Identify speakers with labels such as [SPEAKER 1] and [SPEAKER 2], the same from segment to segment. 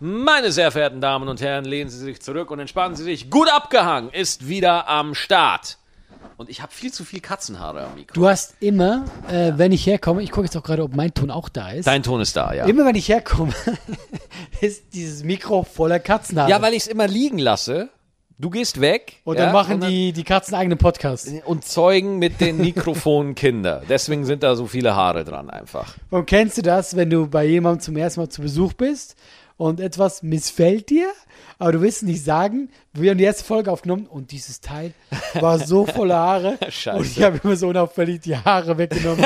[SPEAKER 1] Meine sehr verehrten Damen und Herren, lehnen Sie sich zurück und entspannen Sie sich. Gut abgehangen ist wieder am Start. Und ich habe viel zu viel Katzenhaare am Mikro.
[SPEAKER 2] Du hast immer, äh, wenn ich herkomme, ich gucke jetzt auch gerade, ob mein Ton auch da ist.
[SPEAKER 1] Dein Ton ist da, ja.
[SPEAKER 2] immer wenn ich herkomme, ist dieses Mikro voller Katzenhaare.
[SPEAKER 1] Ja, weil ich es immer liegen lasse. Du gehst weg.
[SPEAKER 2] und
[SPEAKER 1] ja,
[SPEAKER 2] dann machen
[SPEAKER 1] dann-
[SPEAKER 2] die, die Katzen eigenen Podcast.
[SPEAKER 1] und zeugen mit den Mikrofonen Kinder. Deswegen sind da so viele Haare dran einfach.
[SPEAKER 2] Und kennst du das, wenn du bei jemandem zum ersten Mal zu Besuch bist und etwas missfällt dir, aber du willst es nicht sagen, wir haben die erste Folge aufgenommen und dieses Teil war so voller Haare
[SPEAKER 1] Scheiße.
[SPEAKER 2] und ich habe immer so unauffällig die Haare weggenommen.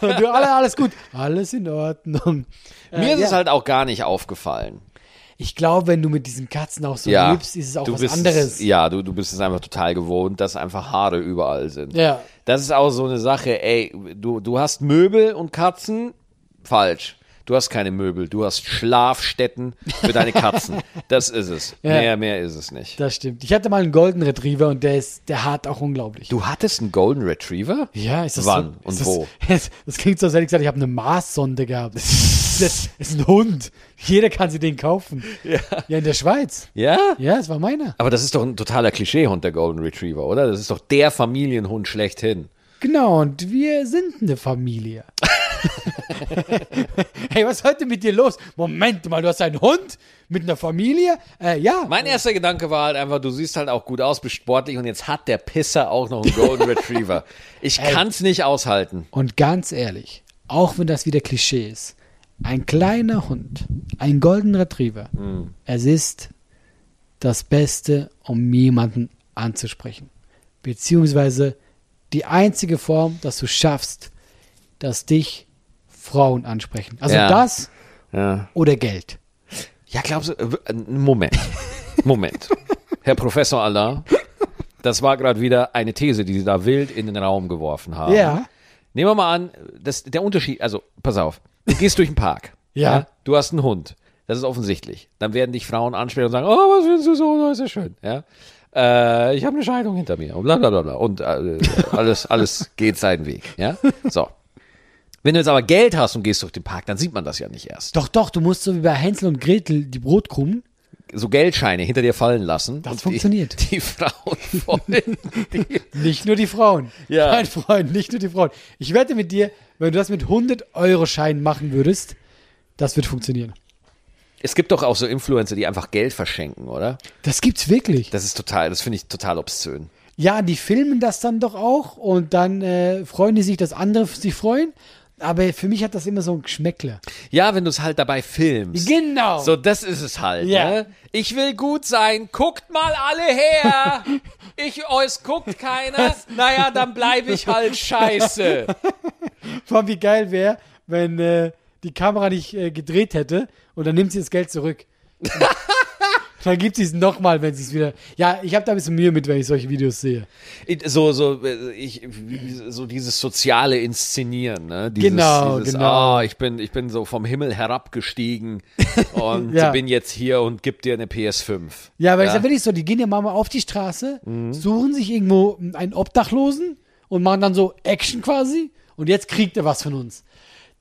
[SPEAKER 2] und du, alle, alles gut, alles in Ordnung.
[SPEAKER 1] Mir
[SPEAKER 2] Äh,
[SPEAKER 1] ist
[SPEAKER 2] ja.
[SPEAKER 1] es halt auch gar nicht aufgefallen.
[SPEAKER 2] Ich glaube, wenn du mit diesen Katzen auch so
[SPEAKER 1] ja.
[SPEAKER 2] lebst, ist es auch
[SPEAKER 1] du
[SPEAKER 2] was
[SPEAKER 1] bist,
[SPEAKER 2] anderes.
[SPEAKER 1] Ja, du, du bist es einfach total gewohnt, dass einfach Haare überall sind.
[SPEAKER 2] Ja.
[SPEAKER 1] Das ist auch so eine Sache, ey, du, du hast Möbel und Katzen, falsch. Du hast keine Möbel, du hast Schlafstätten für deine Katzen. das ist es. Mehr, mehr ist es nicht.
[SPEAKER 2] Das stimmt. Ich hatte mal einen Golden Retriever und der ist, der hart auch unglaublich.
[SPEAKER 1] Du hattest einen Golden Retriever?
[SPEAKER 2] Ja, ist das
[SPEAKER 1] Wann
[SPEAKER 2] so?
[SPEAKER 1] und
[SPEAKER 2] ist das,
[SPEAKER 1] wo?
[SPEAKER 2] Das, klingt so, als hätte ich gesagt, ich habe eine Marssonde gehabt. Das ist ein Hund. Jeder kann sie den kaufen. Ja, in der Schweiz.
[SPEAKER 1] Ja?
[SPEAKER 2] Ja, es war meiner.
[SPEAKER 1] Aber das ist doch ein totaler Klischeehund, der Golden Retriever, oder? Das ist doch der Familienhund schlechthin.
[SPEAKER 2] Genau, und wir sind eine Familie. hey, was ist heute mit dir los? Moment mal, du hast einen Hund mit einer Familie? Äh, ja.
[SPEAKER 1] Mein erster Gedanke war halt einfach, du siehst halt auch gut aus, bist sportlich und jetzt hat der Pisser auch noch einen Golden Retriever. Ich kann's nicht aushalten.
[SPEAKER 2] Und ganz ehrlich, auch wenn das wieder Klischee ist, ein kleiner Hund, ein Golden Retriever, es ist das Beste, um jemanden anzusprechen. Beziehungsweise die einzige Form, dass du schaffst, dass dich Frauen ansprechen. Also
[SPEAKER 1] Ja.
[SPEAKER 2] das
[SPEAKER 1] Ja,
[SPEAKER 2] oder Geld.
[SPEAKER 1] ja glaubst du, äh, äh, Moment, Moment. Herr Professor Alain, das war gerade wieder eine These, die Sie da wild in den Raum geworfen haben.
[SPEAKER 2] Ja.
[SPEAKER 1] Nehmen wir mal an, das, der Unterschied, also pass auf, du gehst durch den Park.
[SPEAKER 2] Ja.
[SPEAKER 1] Du hast einen Hund. Das ist offensichtlich. Dann werden dich Frauen ansprechen und sagen, oh, was findest du so, das ist ja schön. Ja. Äh, ich habe eine Scheidung hinter mir und bla bla bla bla. Und äh, alles, alles geht seinen Weg. Ja? So. Wenn du jetzt aber Geld hast und gehst durch den Park, dann sieht man das ja nicht erst.
[SPEAKER 2] Doch, doch, du musst so wie bei Hänsel und Gretel die Brotkrumen.
[SPEAKER 1] So Geldscheine hinter dir fallen lassen.
[SPEAKER 2] Das
[SPEAKER 1] und
[SPEAKER 2] funktioniert.
[SPEAKER 1] Die, die Frauen folgen dir.
[SPEAKER 2] Nicht nur die Frauen.
[SPEAKER 1] Ja.
[SPEAKER 2] Mein Freund, nicht nur die Frauen. Ich wette mit dir, wenn du das mit 100-Euro-Scheinen machen würdest, das wird funktionieren.
[SPEAKER 1] Es gibt doch auch so Influencer, die einfach Geld verschenken, oder?
[SPEAKER 2] Das gibt's wirklich.
[SPEAKER 1] Das ist total, das finde ich total obszön.
[SPEAKER 2] Ja, die filmen das dann doch auch und dann äh, freuen die sich, dass andere sich freuen. Aber für mich hat das immer so ein Geschmäckle.
[SPEAKER 1] Ja, wenn du es halt dabei filmst.
[SPEAKER 2] Genau.
[SPEAKER 1] So, das ist es halt.
[SPEAKER 2] Ja.
[SPEAKER 1] Ne? Ich will gut sein. Guckt mal alle her. Ich, es guckt keiner. Naja, dann bleibe ich halt scheiße.
[SPEAKER 2] Vor allem, wie geil wäre, wenn äh, die Kamera nicht äh, gedreht hätte und dann nimmt sie das Geld zurück. dann gibt sie es nochmal, wenn sie es wieder. Ja, ich habe da ein bisschen Mühe mit, wenn ich solche Videos sehe.
[SPEAKER 1] So, so, äh, ich, wie- so dieses soziale Inszenieren. Ne? Dieses,
[SPEAKER 2] Genau,
[SPEAKER 1] dieses,
[SPEAKER 2] genau.
[SPEAKER 1] ah, ich, bin, ich bin so vom Himmel herabgestiegen und
[SPEAKER 2] Ja.
[SPEAKER 1] bin jetzt hier und gib dir eine PS5.
[SPEAKER 2] Ja, weil ich sage wirklich so, die gehen ja mal auf die Straße,
[SPEAKER 1] Mhm.
[SPEAKER 2] suchen sich irgendwo einen Obdachlosen und machen dann so Action quasi und jetzt kriegt er was von uns.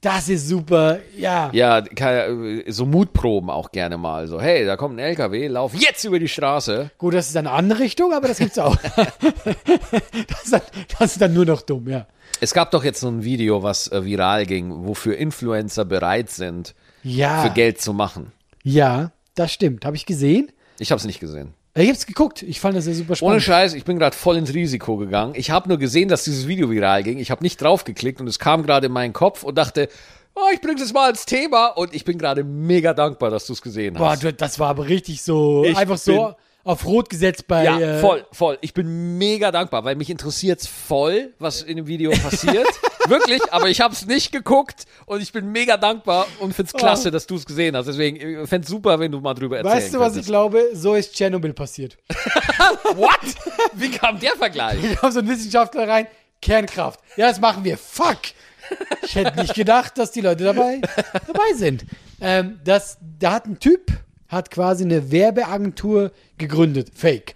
[SPEAKER 2] Das ist super, ja.
[SPEAKER 1] Ja, kann- äh, so Mutproben auch gerne mal. So, hey, da kommt ein LKW, lauf jetzt über die Straße.
[SPEAKER 2] Gut, das ist eine andere Richtung, aber das gibt's auch. das, ist dann, das ist dann nur noch dumm, ja.
[SPEAKER 1] Es gab doch jetzt so ein Video, was äh, viral ging, wofür Influencer bereit sind,
[SPEAKER 2] Ja.
[SPEAKER 1] für Geld zu machen.
[SPEAKER 2] Ja, das stimmt. Habe ich gesehen.
[SPEAKER 1] Ich habe es nicht gesehen.
[SPEAKER 2] Äh, Ich hab's geguckt. Ich fand das ja super
[SPEAKER 1] Ohne
[SPEAKER 2] spannend.
[SPEAKER 1] Scheiß, ich bin gerade voll ins Risiko gegangen. Ich habe nur gesehen, dass dieses Video viral ging. Ich habe nicht draufgeklickt und es kam gerade in meinen Kopf und dachte, oh, ich bringe das mal als Thema und ich bin gerade mega dankbar, dass du es gesehen
[SPEAKER 2] Boah,
[SPEAKER 1] hast.
[SPEAKER 2] du, das war aber richtig so,
[SPEAKER 1] Ich
[SPEAKER 2] einfach so
[SPEAKER 1] bin-
[SPEAKER 2] auf Rot gesetzt bei.
[SPEAKER 1] ja,
[SPEAKER 2] äh,
[SPEAKER 1] voll, voll. Ich bin mega dankbar, weil mich interessiert's voll, was in dem Video passiert. Wirklich, aber ich habe es nicht geguckt und ich bin mega dankbar und find's klasse, dass du es gesehen hast. Deswegen ich fänd's super, wenn du mal drüber erzählst.
[SPEAKER 2] Oh. Weißt du, was ich glaube? So ist Tschernobyl passiert.
[SPEAKER 1] What? Wie kam der Vergleich?
[SPEAKER 2] Da kam so ein Wissenschaftler rein, Kernkraft. Ja, das machen wir. Fuck! Ich hätte nicht gedacht, dass die Leute dabei, dabei sind. Ähm, das, da hat ein Typ, hat quasi eine Werbeagentur gegründet. Fake.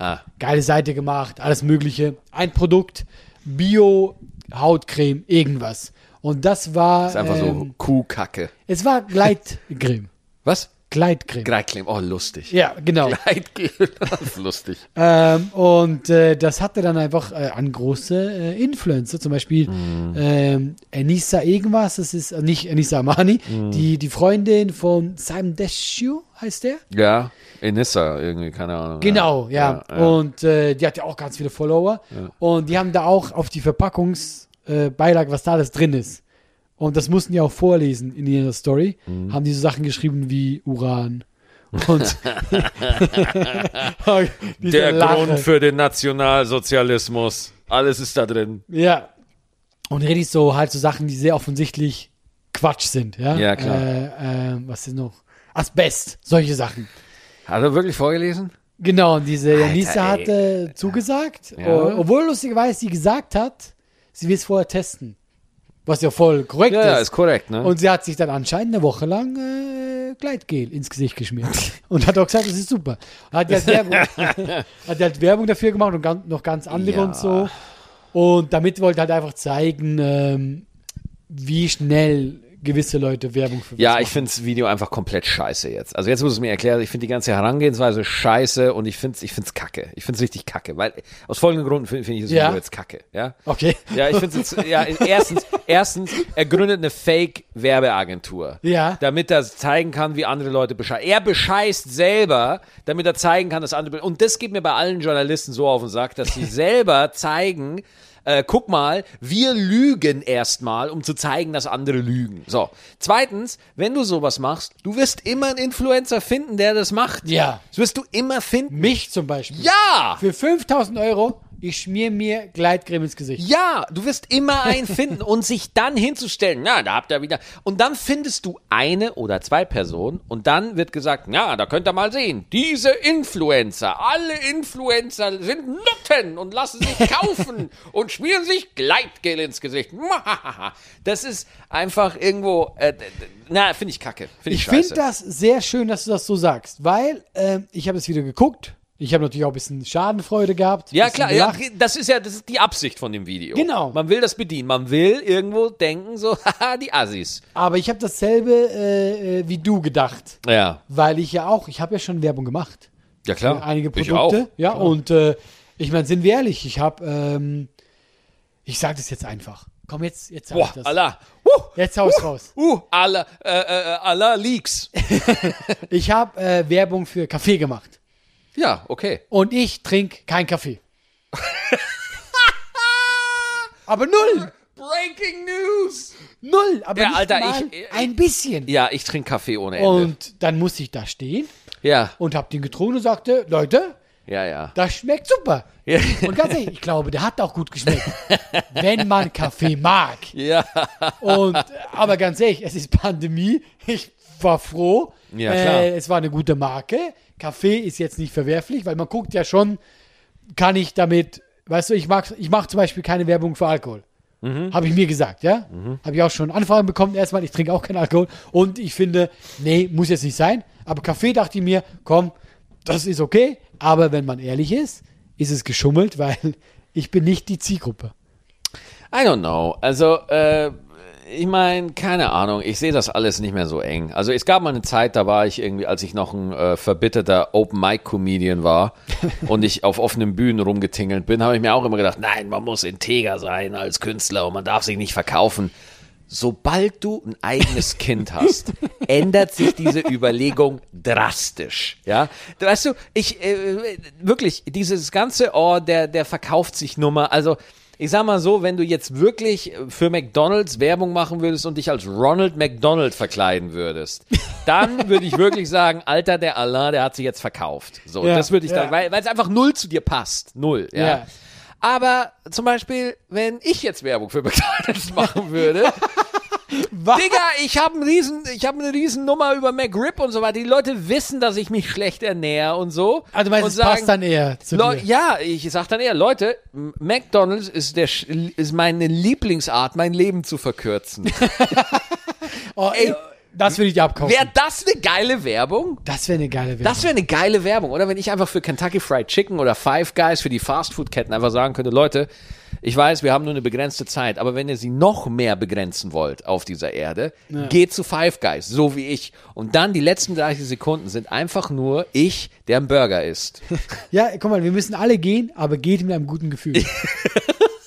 [SPEAKER 1] Ah,
[SPEAKER 2] Geile Seite gemacht, alles mögliche. Ein Produkt, Bio, Hautcreme, irgendwas. Und das war.
[SPEAKER 1] ist einfach
[SPEAKER 2] ähm,
[SPEAKER 1] so Kuhkacke.
[SPEAKER 2] Es war Gleitcreme.
[SPEAKER 1] Was?
[SPEAKER 2] Gleitcreme.
[SPEAKER 1] Gleitcreme, oh, lustig.
[SPEAKER 2] ja, genau.
[SPEAKER 1] Gleitcreme, das ist lustig.
[SPEAKER 2] Ähm, und äh, das hatte dann einfach äh, an große äh, Influencer, zum Beispiel
[SPEAKER 1] Mhm.
[SPEAKER 2] ähm, Anissa irgendwas, das ist äh, nicht Anissa Amani,
[SPEAKER 1] Mhm.
[SPEAKER 2] die, die Freundin von Simon Deschiu heißt der.
[SPEAKER 1] Ja, Inissa, irgendwie, keine Ahnung.
[SPEAKER 2] Genau, ja.
[SPEAKER 1] ja.
[SPEAKER 2] Und äh, die hat ja auch ganz viele Follower. Und die haben da auch auf die Verpackungsbeilage, äh, Beilage, was da alles drin ist. Und das mussten die auch vorlesen in ihrer Story.
[SPEAKER 1] Mhm.
[SPEAKER 2] Haben die so Sachen geschrieben wie Uran. Und Diese
[SPEAKER 1] Der
[SPEAKER 2] Lache.
[SPEAKER 1] Grund für den Nationalsozialismus. Alles ist da drin.
[SPEAKER 2] Ja. Und richtig so halt so Sachen, die sehr offensichtlich Quatsch sind. Ja,
[SPEAKER 1] Ja, klar.
[SPEAKER 2] Äh, ähm, was ist noch? Asbest, solche Sachen.
[SPEAKER 1] Hat er wirklich vorgelesen?
[SPEAKER 2] Genau, und diese
[SPEAKER 1] Alter,
[SPEAKER 2] Janissa hat
[SPEAKER 1] ey.
[SPEAKER 2] äh, zugesagt,
[SPEAKER 1] Ja.
[SPEAKER 2] o- obwohl lustigerweise sie gesagt hat, sie will es vorher testen. Was ja voll korrekt
[SPEAKER 1] Ja, ja, ist
[SPEAKER 2] ist.
[SPEAKER 1] korrekt, ne?
[SPEAKER 2] Und sie hat sich dann anscheinend eine Woche lang äh, Gleitgel ins Gesicht geschmiert. und hat auch gesagt, das ist super. Und hat, die halt Werbung, hat die halt Werbung dafür gemacht und gan- noch ganz andere
[SPEAKER 1] Ja.
[SPEAKER 2] und so. Und damit wollte halt einfach zeigen, ähm, wie schnell gewisse Leute Werbung für was
[SPEAKER 1] Ja,
[SPEAKER 2] machen.
[SPEAKER 1] ich finde das Video einfach komplett scheiße jetzt. Also jetzt muss es mir erklären, ich finde die ganze Herangehensweise scheiße und ich finde es ich find's kacke. Ich finde es richtig kacke, weil aus folgenden Gründen finde find ich das
[SPEAKER 2] Ja.
[SPEAKER 1] Video jetzt kacke. Ja,
[SPEAKER 2] Okay.
[SPEAKER 1] ja ich finde es, ja, erstens, erstens, er gründet eine Fake-Werbeagentur.
[SPEAKER 2] Ja.
[SPEAKER 1] Damit er zeigen kann, wie andere Leute bescheißen. Er bescheißt selber, damit er zeigen kann, dass andere. Und das geht mir bei allen Journalisten so auf den Sack, dass sie selber zeigen, äh, guck mal, wir lügen erstmal, um zu zeigen, dass andere lügen. So. Zweitens, wenn du sowas machst, du wirst immer einen Influencer finden, der das macht.
[SPEAKER 2] Ja.
[SPEAKER 1] Das wirst du immer finden.
[SPEAKER 2] Mich zum Beispiel.
[SPEAKER 1] Ja!
[SPEAKER 2] Für 5000 Euro, ich schmier mir Gleitcreme ins Gesicht.
[SPEAKER 1] Ja, du wirst immer einen finden und sich dann hinzustellen, na, da habt ihr wieder. Und dann findest du eine oder zwei Personen und dann wird gesagt, na, da könnt ihr mal sehen, diese Influencer, alle Influencer sind Nutten und lassen sich kaufen und schmieren sich Gleitgel ins Gesicht. Das ist einfach irgendwo, äh, d- d- na, finde ich kacke. Finde ich,
[SPEAKER 2] Ich
[SPEAKER 1] scheiße.
[SPEAKER 2] finde das sehr schön, dass du das so sagst, weil ähm, ich habe das Video geguckt. Ich habe natürlich auch ein bisschen Schadenfreude gehabt.
[SPEAKER 1] ja,
[SPEAKER 2] bisschen
[SPEAKER 1] klar, ja,
[SPEAKER 2] gelacht.
[SPEAKER 1] das ist ja das ist die Absicht von dem Video.
[SPEAKER 2] Genau.
[SPEAKER 1] Man will das bedienen. Man will irgendwo denken, so, haha, die Assis.
[SPEAKER 2] Aber ich habe dasselbe äh, äh, wie du gedacht,
[SPEAKER 1] Ja.
[SPEAKER 2] weil ich ja auch, ich habe ja schon Werbung gemacht.
[SPEAKER 1] Ja, klar.
[SPEAKER 2] Für einige Produkte.
[SPEAKER 1] Ich auch.
[SPEAKER 2] Ja,
[SPEAKER 1] Klar.
[SPEAKER 2] und äh, ich meine, sind wir ehrlich, ich habe, ähm, ich sage das jetzt einfach. Komm, jetzt, jetzt sag ich
[SPEAKER 1] Boah,
[SPEAKER 2] das.
[SPEAKER 1] Allah. Uh,
[SPEAKER 2] Jetzt hau ich's raus.
[SPEAKER 1] uh, Allah, äh, äh, Allah Leaks.
[SPEAKER 2] Ich habe äh, Werbung für Kaffee gemacht.
[SPEAKER 1] ja, okay.
[SPEAKER 2] Und ich trinke keinen Kaffee. aber null!
[SPEAKER 1] Breaking News.
[SPEAKER 2] Null! Aber
[SPEAKER 1] Ja,
[SPEAKER 2] nicht
[SPEAKER 1] Alter,
[SPEAKER 2] mal
[SPEAKER 1] ich- ich-
[SPEAKER 2] ein bisschen.
[SPEAKER 1] Ja, ich trinke Kaffee ohne Ende.
[SPEAKER 2] und dann musste ich da stehen
[SPEAKER 1] ja,
[SPEAKER 2] und hab den getrunken und sagte, Leute,
[SPEAKER 1] ja, ja.
[SPEAKER 2] das schmeckt super.
[SPEAKER 1] Ja.
[SPEAKER 2] Und ganz ehrlich, ich glaube, der hat auch gut geschmeckt. wenn man Kaffee mag.
[SPEAKER 1] Ja,
[SPEAKER 2] Und, äh, aber ganz ehrlich, es ist Pandemie. Ich war froh.
[SPEAKER 1] Ja, klar.
[SPEAKER 2] Äh, es war eine gute Marke. Kaffee ist jetzt nicht verwerflich, weil man guckt ja schon, kann ich damit, weißt du, ich mag, ich mache zum Beispiel keine Werbung für Alkohol.
[SPEAKER 1] Mhm.
[SPEAKER 2] Habe ich mir gesagt, ja? Habe ich auch schon Anfragen bekommen. Erstmal, ich trinke auch keinen Alkohol. Und ich finde, nee, muss jetzt nicht sein. Aber Kaffee dachte ich mir, komm, das ist okay. Aber wenn man ehrlich ist, ist es geschummelt, weil ich bin nicht die Zielgruppe.
[SPEAKER 1] I don't know. Also, äh, ich meine, keine Ahnung. Ich sehe das alles nicht mehr so eng. Also, es gab mal eine Zeit, da war ich irgendwie, als ich noch ein äh, verbitterter Open-Mic-Comedian war und ich auf offenen Bühnen rumgetingelt bin, habe ich mir auch immer gedacht, nein, man muss integer sein als Künstler und man darf sich nicht verkaufen. Sobald du ein eigenes Kind hast, ändert sich diese Überlegung drastisch. Ja, weißt du, ich äh, wirklich dieses ganze oh, der der verkauft sich Nummer. Also ich sag mal so, wenn du jetzt wirklich für McDonald's Werbung machen würdest und dich als Ronald McDonald verkleiden würdest, dann würde ich wirklich sagen, Alter, der Alain, der hat sich jetzt verkauft. So,
[SPEAKER 2] Ja,
[SPEAKER 1] das würde ich
[SPEAKER 2] ja.
[SPEAKER 1] dann, weil weil es einfach null zu dir passt, null. Ja.
[SPEAKER 2] Ja.
[SPEAKER 1] Aber zum Beispiel, wenn ich jetzt Werbung für McDonald's machen würde,
[SPEAKER 2] Was?
[SPEAKER 1] Digga, ich habe einen riesen, ich habe eine riesen Nummer über McRib und so weiter. Die Leute wissen, dass ich mich schlecht ernähre und so.
[SPEAKER 2] Also, du meinst,
[SPEAKER 1] und
[SPEAKER 2] es passt dann eher zu
[SPEAKER 1] Leu-
[SPEAKER 2] dir.
[SPEAKER 1] Ja, ich sag dann eher, Leute, M- McDonald's ist der Sch- ist meine Lieblingsart, mein Leben zu verkürzen.
[SPEAKER 2] Oh, ey, das würde ich dir abkaufen.
[SPEAKER 1] Wäre das eine geile Werbung?
[SPEAKER 2] das wäre eine geile Werbung.
[SPEAKER 1] Das wäre eine geile Werbung, oder? Wenn ich einfach für Kentucky Fried Chicken oder Five Guys, für die Fastfood-Ketten einfach sagen könnte, Leute, Ich weiß, wir haben nur eine begrenzte Zeit, aber wenn ihr sie noch mehr begrenzen wollt auf dieser Erde, geht zu Five Guys, so wie ich. Und dann die letzten 30 Sekunden sind einfach nur ich, der ein Burger isst.
[SPEAKER 2] Ja, guck mal, wir müssen alle gehen, aber geht mit einem guten Gefühl.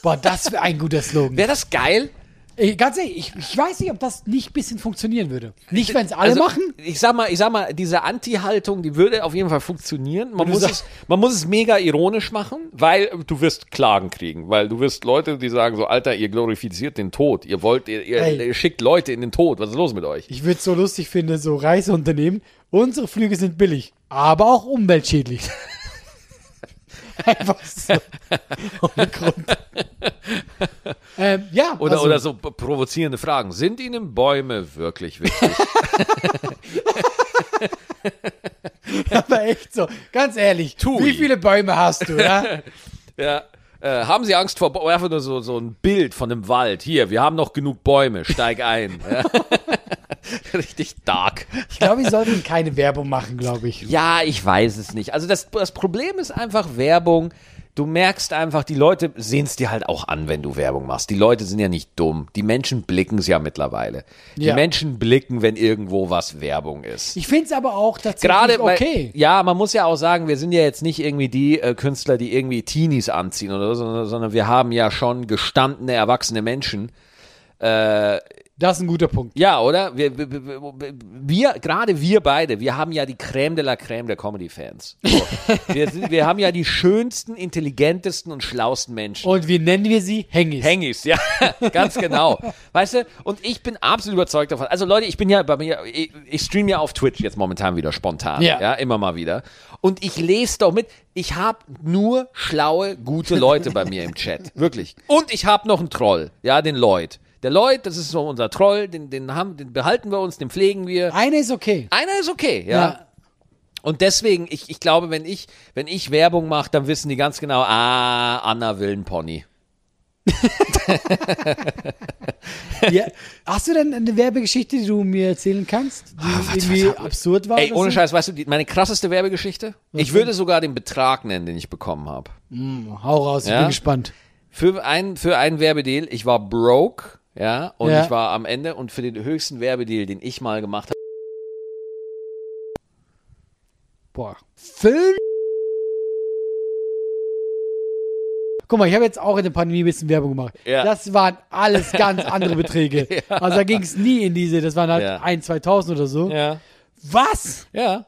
[SPEAKER 2] Boah, das wäre ein guter Slogan.
[SPEAKER 1] Wäre das geil?
[SPEAKER 2] Ey, ganz ehrlich, ich, ich weiß nicht, ob das nicht ein bisschen funktionieren würde. Nicht, wenn es alle
[SPEAKER 1] Also,
[SPEAKER 2] machen.
[SPEAKER 1] Ich sag mal, ich sag mal, diese Anti-Haltung, die würde auf jeden Fall funktionieren. Man muss, es,
[SPEAKER 2] sagst-
[SPEAKER 1] man muss es mega ironisch machen, weil du wirst Klagen kriegen, weil du wirst Leute, die sagen so, Alter, ihr glorifiziert den Tod, ihr wollt, ihr, ihr,
[SPEAKER 2] Ey.
[SPEAKER 1] ihr schickt Leute in den Tod, was ist los mit euch?
[SPEAKER 2] Ich würde es so lustig finden, so Reiseunternehmen. Unsere Flüge sind billig, aber auch umweltschädlich. Einfach so. Ohne Grund. ähm, ja,
[SPEAKER 1] Oder,
[SPEAKER 2] also,
[SPEAKER 1] oder so p- provozierende Fragen. Sind Ihnen Bäume wirklich wichtig?
[SPEAKER 2] aber echt so. Ganz ehrlich,
[SPEAKER 1] Tui.
[SPEAKER 2] wie viele Bäume hast du? Ja?
[SPEAKER 1] ja. Äh, haben Sie Angst vor Bäumen? Einfach nur so, so ein Bild von einem Wald. Hier, wir haben noch genug Bäume, steig ein. Ja. Richtig dark.
[SPEAKER 2] Ich glaube, wir sollten keine Werbung machen, glaube ich.
[SPEAKER 1] Ja, ich weiß es nicht. Also das, das Problem ist einfach Werbung. Du merkst einfach, die Leute sehen es dir halt auch an, wenn du Werbung machst. Die Leute sind ja nicht dumm. Die Menschen blicken es ja mittlerweile. Die
[SPEAKER 2] Ja.
[SPEAKER 1] Menschen blicken, wenn irgendwo was Werbung ist.
[SPEAKER 2] Ich finde es aber auch tatsächlich
[SPEAKER 1] Gerade bei-
[SPEAKER 2] okay.
[SPEAKER 1] Ja, man muss ja auch sagen, wir sind ja jetzt nicht irgendwie die äh, Künstler, die irgendwie Teenies anziehen oder so, sondern- sondern wir haben ja schon gestandene, erwachsene Menschen,
[SPEAKER 2] Das ist ein guter Punkt.
[SPEAKER 1] ja, oder? Wir, wir, wir, wir gerade wir beide, wir haben ja die Creme de la Creme der Comedy-Fans. So. wir, sind- wir haben ja die schönsten, intelligentesten und schlausten Menschen.
[SPEAKER 2] Und wie nennen wir sie? Hängis.
[SPEAKER 1] Hängis, ja, ganz genau. Weißt du, und ich bin absolut überzeugt davon. Also Leute, ich bin ja bei mir, ich, ich stream ja auf Twitch jetzt momentan wieder spontan, ja,
[SPEAKER 2] Ja.
[SPEAKER 1] immer mal wieder. Und ich lese doch mit, ich habe nur schlaue, gute Leute bei mir im Chat, wirklich. Und ich habe noch einen Troll, ja, den Lloyd. Der Lloyd, das ist so unser Troll, den, den, haben, den behalten wir uns, den pflegen wir.
[SPEAKER 2] Eine ist okay.
[SPEAKER 1] Einer ist okay, ja.
[SPEAKER 2] Ja.
[SPEAKER 1] Und deswegen, ich, ich glaube, wenn ich, wenn ich Werbung mache, dann wissen die ganz genau, ah, Anna will einen Pony.
[SPEAKER 2] Ja. Hast du denn eine Werbegeschichte, die du mir erzählen kannst, die
[SPEAKER 1] Ah,
[SPEAKER 2] irgendwie absurd war?
[SPEAKER 1] Ey,
[SPEAKER 2] oder
[SPEAKER 1] ohne
[SPEAKER 2] so?
[SPEAKER 1] Scheiß, weißt du, die, meine krasseste Werbegeschichte? Ich würde sogar den Betrag nennen, den ich bekommen habe.
[SPEAKER 2] Hau raus,
[SPEAKER 1] Ja?
[SPEAKER 2] ich bin gespannt.
[SPEAKER 1] Für einen für einen Werbedeal, ich war broke, ja, und
[SPEAKER 2] Ja.
[SPEAKER 1] ich war am Ende und für den höchsten Werbedeal, den ich mal gemacht habe,
[SPEAKER 2] Boah. Fünf. Guck mal, ich habe jetzt auch in der Pandemie ein bisschen Werbung gemacht.
[SPEAKER 1] Ja.
[SPEAKER 2] Das waren alles ganz andere Beträge. Also da ging es nie in diese, das waren halt
[SPEAKER 1] Ja.
[SPEAKER 2] ein, 2.000 oder so.
[SPEAKER 1] ja,
[SPEAKER 2] Was?
[SPEAKER 1] ja.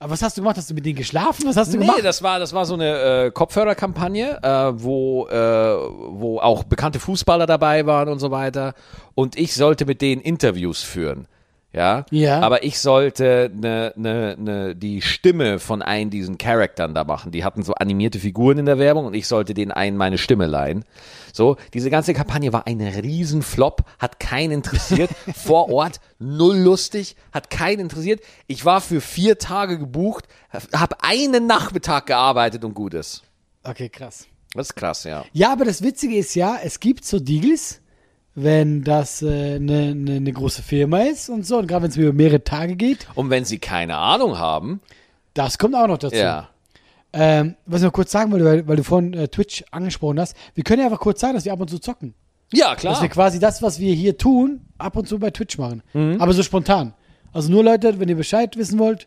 [SPEAKER 2] Aber was hast du gemacht? Hast du mit denen geschlafen? Was hast du
[SPEAKER 1] Nee,
[SPEAKER 2] gemacht?
[SPEAKER 1] das war, das war so eine äh, Kopfhörerkampagne, äh, wo, äh, wo auch bekannte Fußballer dabei waren und so weiter. Und ich sollte mit denen Interviews führen. Ja.
[SPEAKER 2] Ja.
[SPEAKER 1] Aber ich sollte ne, ne, ne, die Stimme von einem diesen Charaktern da machen. Die hatten so animierte Figuren in der Werbung und ich sollte den einen meine Stimme leihen. So, diese ganze Kampagne war ein Riesenflop, hat keinen interessiert. Vor Ort null lustig, hat keinen interessiert. Ich war für vier Tage gebucht, habe einen Nachmittag gearbeitet und gut ist.
[SPEAKER 2] Okay, krass.
[SPEAKER 1] Das ist krass, ja.
[SPEAKER 2] Ja, aber das Witzige ist ja, es gibt so Deals, wenn das eine äh, ne, ne, ne große Firma ist und so. Und gerade wenn es über mehrere Tage geht,
[SPEAKER 1] Und wenn sie keine Ahnung haben,
[SPEAKER 2] das kommt auch noch dazu.
[SPEAKER 1] ja.
[SPEAKER 2] Ähm, was ich noch kurz sagen wollte, weil, weil du vorhin äh, Twitch angesprochen hast, wir können ja einfach kurz sagen, dass wir ab und zu zocken.
[SPEAKER 1] Ja,
[SPEAKER 2] Dass
[SPEAKER 1] klar.
[SPEAKER 2] wir quasi das, was wir hier tun, ab und zu bei Twitch machen.
[SPEAKER 1] Mhm.
[SPEAKER 2] Aber so spontan. Also nur Leute, wenn ihr Bescheid wissen wollt,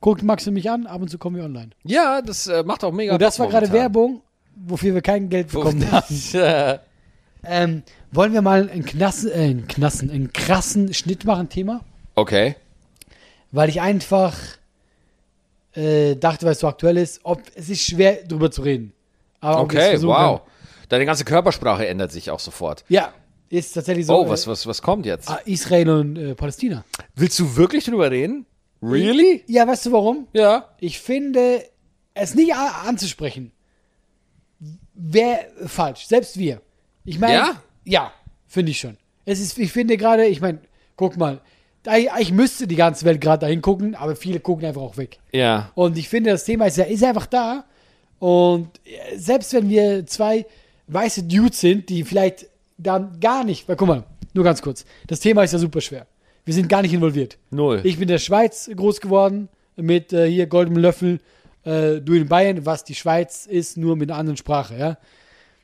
[SPEAKER 2] guckt Max und mich an, ab und zu kommen wir online.
[SPEAKER 1] Ja, das äh, macht auch mega
[SPEAKER 2] und das
[SPEAKER 1] Bock
[SPEAKER 2] war gerade
[SPEAKER 1] momentan.
[SPEAKER 2] Werbung, wofür wir kein Geld bekommen haben. Ähm, wollen wir mal einen Knassen, äh, einen Knassen, einen krassen Schnitt machen, Thema?
[SPEAKER 1] Okay.
[SPEAKER 2] Weil ich einfach äh, dachte, weil es so aktuell ist, ob es ist schwer drüber zu reden. Aber ob wir es
[SPEAKER 1] Okay,
[SPEAKER 2] versuchen
[SPEAKER 1] wow.
[SPEAKER 2] können.
[SPEAKER 1] Deine ganze Körpersprache ändert sich auch sofort.
[SPEAKER 2] Ja, ist tatsächlich so.
[SPEAKER 1] Oh,
[SPEAKER 2] äh,
[SPEAKER 1] was, was, was kommt jetzt?
[SPEAKER 2] Ah, Israel und äh, Palästina.
[SPEAKER 1] Willst du wirklich drüber reden? Really?
[SPEAKER 2] Ja, weißt du warum?
[SPEAKER 1] Ja.
[SPEAKER 2] Ich finde es nicht a- anzusprechen. Wäre falsch, selbst wir. Ich meine,
[SPEAKER 1] Ja?
[SPEAKER 2] ja finde ich schon. Es ist, ich finde gerade, ich meine, guck mal, da- ich müsste die ganze Welt gerade dahin gucken, aber viele gucken einfach auch weg.
[SPEAKER 1] Ja.
[SPEAKER 2] Und ich finde, das Thema ist ja ist einfach da. Und äh, selbst wenn wir zwei weiße Dudes sind, die vielleicht dann gar nicht, weil guck mal, nur ganz kurz, das Thema ist ja super schwer. Wir sind gar nicht involviert.
[SPEAKER 1] Null.
[SPEAKER 2] Ich bin in der Schweiz groß geworden mit äh, hier goldenem Löffel, äh, du in Bayern, was die Schweiz ist, nur mit einer anderen Sprache, ja.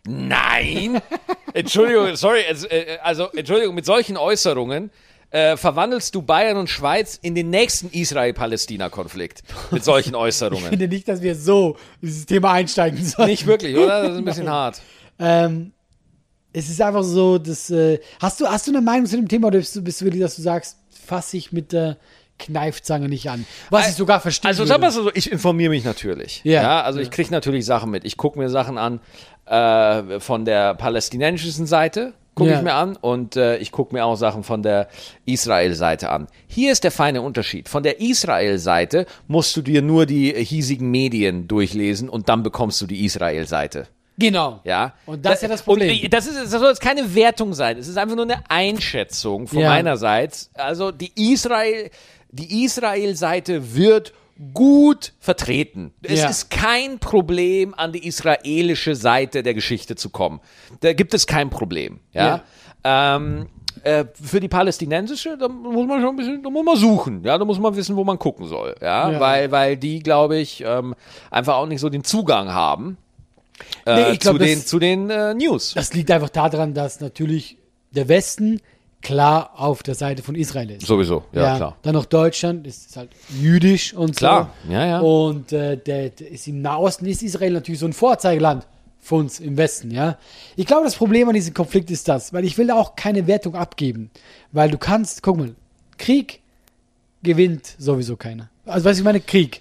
[SPEAKER 1] Nein! Entschuldigung, sorry, also, äh, also Entschuldigung, mit solchen Äußerungen äh, verwandelst du Bayern und Schweiz in den nächsten Israel-Palästina-Konflikt. Mit solchen
[SPEAKER 2] Ich
[SPEAKER 1] Äußerungen.
[SPEAKER 2] finde nicht, dass wir so in dieses Thema einsteigen sollen.
[SPEAKER 1] Nicht wirklich, oder? Das ist ein bisschen hart.
[SPEAKER 2] Ähm, es ist einfach so, dass. Äh, hast, du, hast du eine Meinung zu dem Thema oder bist du, bist du wirklich, dass du sagst, fasse ich mit der Kneifzange nicht an? Was ich sogar verstehe.
[SPEAKER 1] Also sag mal so, ich informiere mich natürlich.
[SPEAKER 2] Ja.
[SPEAKER 1] ja also ich kriege natürlich Sachen mit. Ich gucke mir Sachen an äh, von der palästinensischen Seite, gucke
[SPEAKER 2] Ja.
[SPEAKER 1] ich mir an und äh, ich gucke mir auch Sachen von der Israel-Seite an. Hier ist der feine Unterschied. Von der Israel-Seite musst du dir nur die hiesigen Medien durchlesen und dann bekommst du die Israel-Seite.
[SPEAKER 2] Genau.
[SPEAKER 1] Ja.
[SPEAKER 2] Und das ist ja das Problem.
[SPEAKER 1] Und ich- das, ist, das soll jetzt keine Wertung sein. Es ist einfach nur eine Einschätzung von
[SPEAKER 2] Ja.
[SPEAKER 1] meinerseits. Also die Israel, die Israel-Seite wird gut vertreten. Es
[SPEAKER 2] Ja.
[SPEAKER 1] ist kein Problem, an die israelische Seite der Geschichte zu kommen. Da gibt es kein Problem. Ja. Ähm, äh, für die palästinensische, da muss man schon ein bisschen, da muss man suchen, ja, da muss man wissen, wo man gucken soll, ja,
[SPEAKER 2] Ja.
[SPEAKER 1] weil, weil die, glaube ich, ähm, einfach auch nicht so den Zugang haben
[SPEAKER 2] Nee,
[SPEAKER 1] äh,
[SPEAKER 2] ich glaub,
[SPEAKER 1] zu, den,
[SPEAKER 2] das-
[SPEAKER 1] zu den äh, News.
[SPEAKER 2] Das liegt einfach daran, dass natürlich der Westen klar auf der Seite von Israel ist.
[SPEAKER 1] Sowieso, ja, klar.
[SPEAKER 2] Dann noch Deutschland, es ist halt jüdisch und
[SPEAKER 1] Klar,
[SPEAKER 2] so.
[SPEAKER 1] ja, ja.
[SPEAKER 2] Und äh, der, der ist im Nahosten ist Israel natürlich so ein Vorzeigeland für uns im Westen, ja. Ich glaube, das Problem an diesem Konflikt ist das, weil ich will da auch keine Wertung abgeben, weil du kannst, guck mal, Krieg gewinnt sowieso keiner. Also, weißt du, ich meine, Krieg.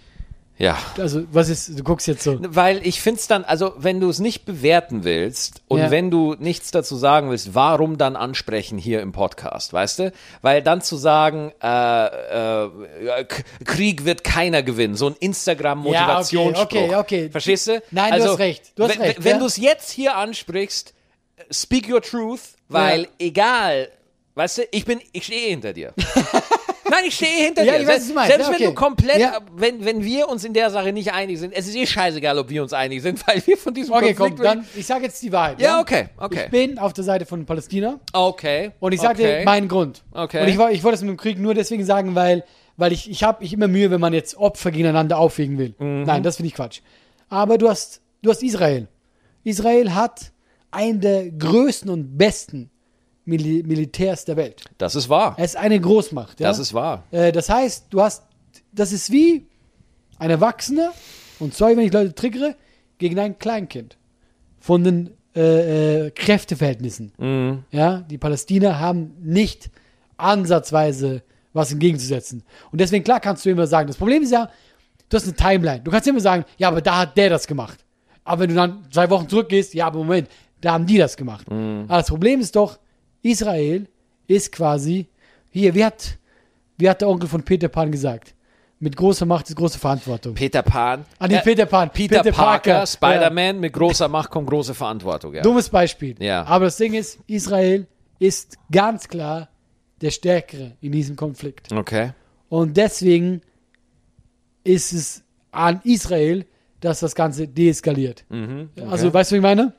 [SPEAKER 1] Ja.
[SPEAKER 2] Also, was ist, du guckst jetzt so.
[SPEAKER 1] Weil ich finde es dann, also wenn du es nicht bewerten willst und
[SPEAKER 2] Ja.
[SPEAKER 1] wenn du nichts dazu sagen willst, warum dann ansprechen hier im Podcast, weißt du? Weil dann zu sagen, äh, äh, ja, K- Krieg wird keiner gewinnen, so ein Instagram-Motivationsspruch.
[SPEAKER 2] Ja, okay, okay, okay.
[SPEAKER 1] Verstehst du? Also,
[SPEAKER 2] Nein, du hast recht, du hast
[SPEAKER 1] wenn,
[SPEAKER 2] recht,
[SPEAKER 1] Wenn
[SPEAKER 2] ja.
[SPEAKER 1] du es jetzt hier ansprichst, speak your truth, weil
[SPEAKER 2] Ja.
[SPEAKER 1] egal, weißt du, ich bin, ich stehe hinter dir. Nein, ich stehe hinter
[SPEAKER 2] Ja,
[SPEAKER 1] dir.
[SPEAKER 2] ich weiß, was
[SPEAKER 1] Selbst-
[SPEAKER 2] du meinst.
[SPEAKER 1] Selbst
[SPEAKER 2] Ja,
[SPEAKER 1] wenn du
[SPEAKER 2] okay.
[SPEAKER 1] komplett,
[SPEAKER 2] Ja.
[SPEAKER 1] wenn, wenn wir uns in der Sache nicht einig sind, es ist eh scheißegal, ob wir uns einig sind, weil wir von diesem
[SPEAKER 2] Okay, komm,
[SPEAKER 1] Konflikt...
[SPEAKER 2] dann, ich sage jetzt die Wahrheit.
[SPEAKER 1] ja, okay, okay.
[SPEAKER 2] Ich bin auf der Seite von Palästina
[SPEAKER 1] okay.
[SPEAKER 2] und ich sage
[SPEAKER 1] okay.
[SPEAKER 2] dir meinen Grund.
[SPEAKER 1] Okay.
[SPEAKER 2] Und ich, woll- ich wollte es mit dem Krieg nur deswegen sagen, weil, weil ich, ich habe ich immer Mühe, wenn man jetzt Opfer gegeneinander aufwiegen will.
[SPEAKER 1] Mhm.
[SPEAKER 2] Nein, das finde ich Quatsch. Aber du hast, du hast Israel. Israel hat einen der größten und besten Mil Militärs der Welt.
[SPEAKER 1] Das ist wahr.
[SPEAKER 2] Er ist eine Großmacht. Ja?
[SPEAKER 1] Das ist wahr.
[SPEAKER 2] Äh, das heißt, du hast, das ist wie ein Erwachsener, und sorry, wenn ich Leute triggere, gegen ein Kleinkind. Von den äh, äh, Kräfteverhältnissen.
[SPEAKER 1] Mhm.
[SPEAKER 2] Ja, die Palästiner haben nicht ansatzweise was entgegenzusetzen. Und deswegen, klar, kannst du immer sagen, das Problem ist ja, du hast eine Timeline. Du kannst immer sagen, ja, aber da hat der das gemacht. Aber wenn du dann zwei Wochen zurückgehst, ja, aber Moment, da haben die das gemacht.
[SPEAKER 1] Mhm.
[SPEAKER 2] Aber das Problem ist doch, Israel ist quasi, hier, wie hat, wie hat der Onkel von Peter Pan gesagt? Mit großer Macht ist große Verantwortung.
[SPEAKER 1] Peter Pan.
[SPEAKER 2] An den
[SPEAKER 1] Äh,
[SPEAKER 2] Peter Pan.
[SPEAKER 1] Peter,
[SPEAKER 2] Peter
[SPEAKER 1] Parker,
[SPEAKER 2] Parker,
[SPEAKER 1] Spider-Man, mit großer Macht kommt große Verantwortung. Ja.
[SPEAKER 2] Dummes Beispiel.
[SPEAKER 1] Ja.
[SPEAKER 2] Aber das Ding ist, Israel ist ganz klar der Stärkere in diesem Konflikt.
[SPEAKER 1] Okay.
[SPEAKER 2] Und deswegen ist es an Israel, dass das Ganze deeskaliert.
[SPEAKER 1] Mhm.
[SPEAKER 2] Also, weißt du, was ich meine?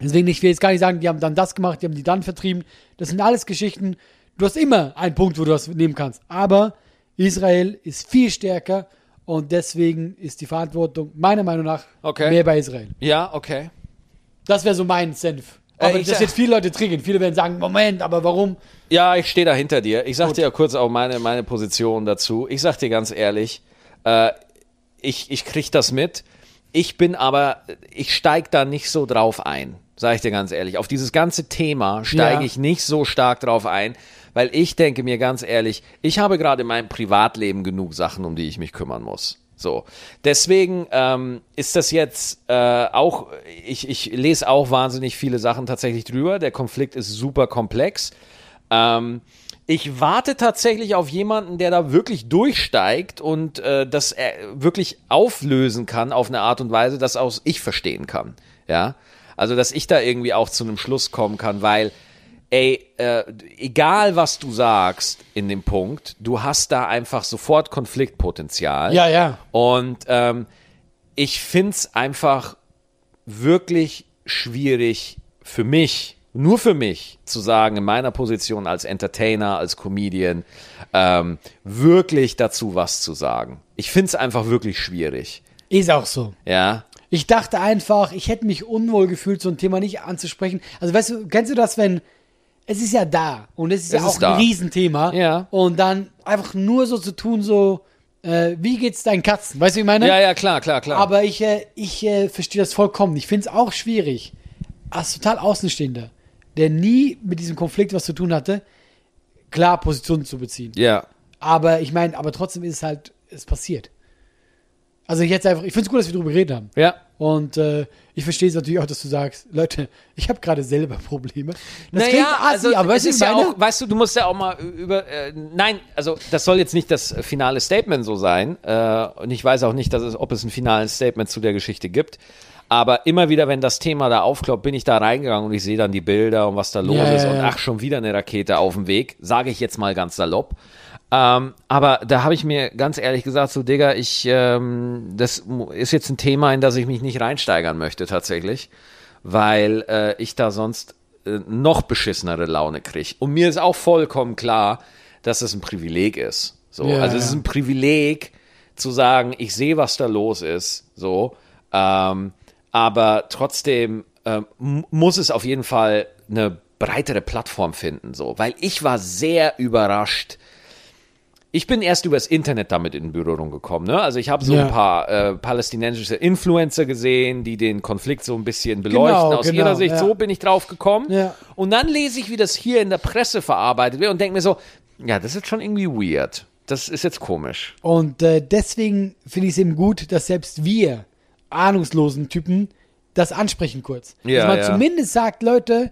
[SPEAKER 2] Deswegen, ich will jetzt gar nicht sagen, die haben dann das gemacht, die haben die dann vertrieben. Das sind alles Geschichten. Du hast immer einen Punkt, wo du das nehmen kannst. Aber Israel ist viel stärker und deswegen ist die Verantwortung meiner Meinung nach
[SPEAKER 1] Okay.
[SPEAKER 2] mehr bei Israel.
[SPEAKER 1] Ja, okay.
[SPEAKER 2] Das wäre so mein Senf. Aber
[SPEAKER 1] Äh, ich
[SPEAKER 2] das
[SPEAKER 1] sag-
[SPEAKER 2] jetzt viele Leute triggern. Viele werden sagen, Moment, aber warum?
[SPEAKER 1] Ja, ich stehe da hinter dir. Ich sag dir ja kurz auch meine, meine Position dazu. Ich sag dir ganz ehrlich, äh, ich, ich krieg das mit. Ich bin aber, ich steig da nicht so drauf ein, sage ich dir ganz ehrlich. Auf dieses ganze Thema steige
[SPEAKER 2] Ja.
[SPEAKER 1] ich nicht so stark drauf ein, weil ich denke mir ganz ehrlich, ich habe gerade in meinem Privatleben genug Sachen, um die ich mich kümmern muss. So, deswegen ähm, ist das jetzt äh, auch, ich, ich lese auch wahnsinnig viele Sachen tatsächlich drüber. Der Konflikt ist super komplex. Ähm, ich warte tatsächlich auf jemanden, der da wirklich durchsteigt und äh, das äh, wirklich auflösen kann auf eine Art und Weise, dass auch ich verstehen kann. Ja, also dass ich da irgendwie auch zu einem Schluss kommen kann, weil ey, äh, egal was du sagst in dem Punkt, du hast da einfach sofort Konfliktpotenzial.
[SPEAKER 2] Ja, ja.
[SPEAKER 1] Und ähm, ich finde es einfach wirklich schwierig für mich, nur für mich, zu sagen, in meiner Position als Entertainer, als Comedian, ähm, wirklich dazu was zu sagen. Ich finde es einfach wirklich schwierig.
[SPEAKER 2] Ist auch so.
[SPEAKER 1] Ja.
[SPEAKER 2] Ich dachte einfach, ich hätte mich unwohl gefühlt, so ein Thema nicht anzusprechen. Also weißt du, kennst du das, wenn es ist ja da und es ist ja
[SPEAKER 1] ist
[SPEAKER 2] auch
[SPEAKER 1] da.
[SPEAKER 2] ein Riesenthema
[SPEAKER 1] Ja.
[SPEAKER 2] und dann einfach nur so zu tun, so äh, wie geht's deinen Katzen? Weißt du, wie ich meine?
[SPEAKER 1] Ja, ja, klar, klar, klar.
[SPEAKER 2] Ne? Aber ich, äh, ich äh, verstehe das vollkommen. Ich finde es auch schwierig, als total Außenstehender, der nie mit diesem Konflikt was zu tun hatte, klar Positionen zu beziehen.
[SPEAKER 1] ja.
[SPEAKER 2] Aber ich meine, aber trotzdem ist es halt, es passiert. Also jetzt einfach, ich finde es gut, dass wir darüber geredet haben.
[SPEAKER 1] Ja.
[SPEAKER 2] Und äh, ich verstehe es natürlich auch, dass du sagst, Leute, ich habe gerade selber Probleme. Das klingt assi, aber
[SPEAKER 1] also es
[SPEAKER 2] weißt du,
[SPEAKER 1] ist ja
[SPEAKER 2] meine-
[SPEAKER 1] auch, weißt du, du musst ja auch mal über, äh, nein, also das soll jetzt nicht das äh, finale Statement so sein. Äh, und ich weiß auch nicht, dass es, ob es ein finales Statement zu der Geschichte gibt. Aber immer wieder, wenn das Thema da aufkloppt, bin ich da reingegangen und ich sehe dann die Bilder und was da los
[SPEAKER 2] Ja,
[SPEAKER 1] ist.
[SPEAKER 2] ja,
[SPEAKER 1] Und
[SPEAKER 2] ja.
[SPEAKER 1] ach, schon wieder eine Rakete auf dem Weg, sage ich jetzt mal ganz salopp. Ähm, aber da habe ich mir ganz ehrlich gesagt, so Digga, ich, ähm, das mu- ist jetzt ein Thema, in das ich mich nicht reinsteigern möchte tatsächlich, weil äh, ich da sonst äh, noch beschissenere Laune kriege. Und mir ist auch vollkommen klar, dass es ein Privileg ist. So,
[SPEAKER 2] Ja,
[SPEAKER 1] also es
[SPEAKER 2] ja.
[SPEAKER 1] ist ein Privileg zu sagen, ich sehe, was da los ist, so, ähm, aber trotzdem ähm, m- muss es auf jeden Fall eine breitere Plattform finden, so, weil ich war sehr überrascht. Ich bin erst übers Internet damit in Berührung gekommen, ne? Also ich habe so
[SPEAKER 2] Ja.
[SPEAKER 1] ein paar äh, palästinensische Influencer gesehen, die den Konflikt so ein bisschen beleuchten aus
[SPEAKER 2] genau,
[SPEAKER 1] ihrer Sicht.
[SPEAKER 2] ja.
[SPEAKER 1] So bin ich drauf gekommen.
[SPEAKER 2] Ja.
[SPEAKER 1] Und dann lese ich, wie das hier in der Presse verarbeitet wird und denke mir so, ja, das ist jetzt schon irgendwie weird. Das ist jetzt komisch.
[SPEAKER 2] Und äh, deswegen finde ich es eben gut, dass selbst wir ahnungslosen Typen das ansprechen kurz.
[SPEAKER 1] Ja,
[SPEAKER 2] dass man
[SPEAKER 1] ja.
[SPEAKER 2] zumindest sagt, Leute,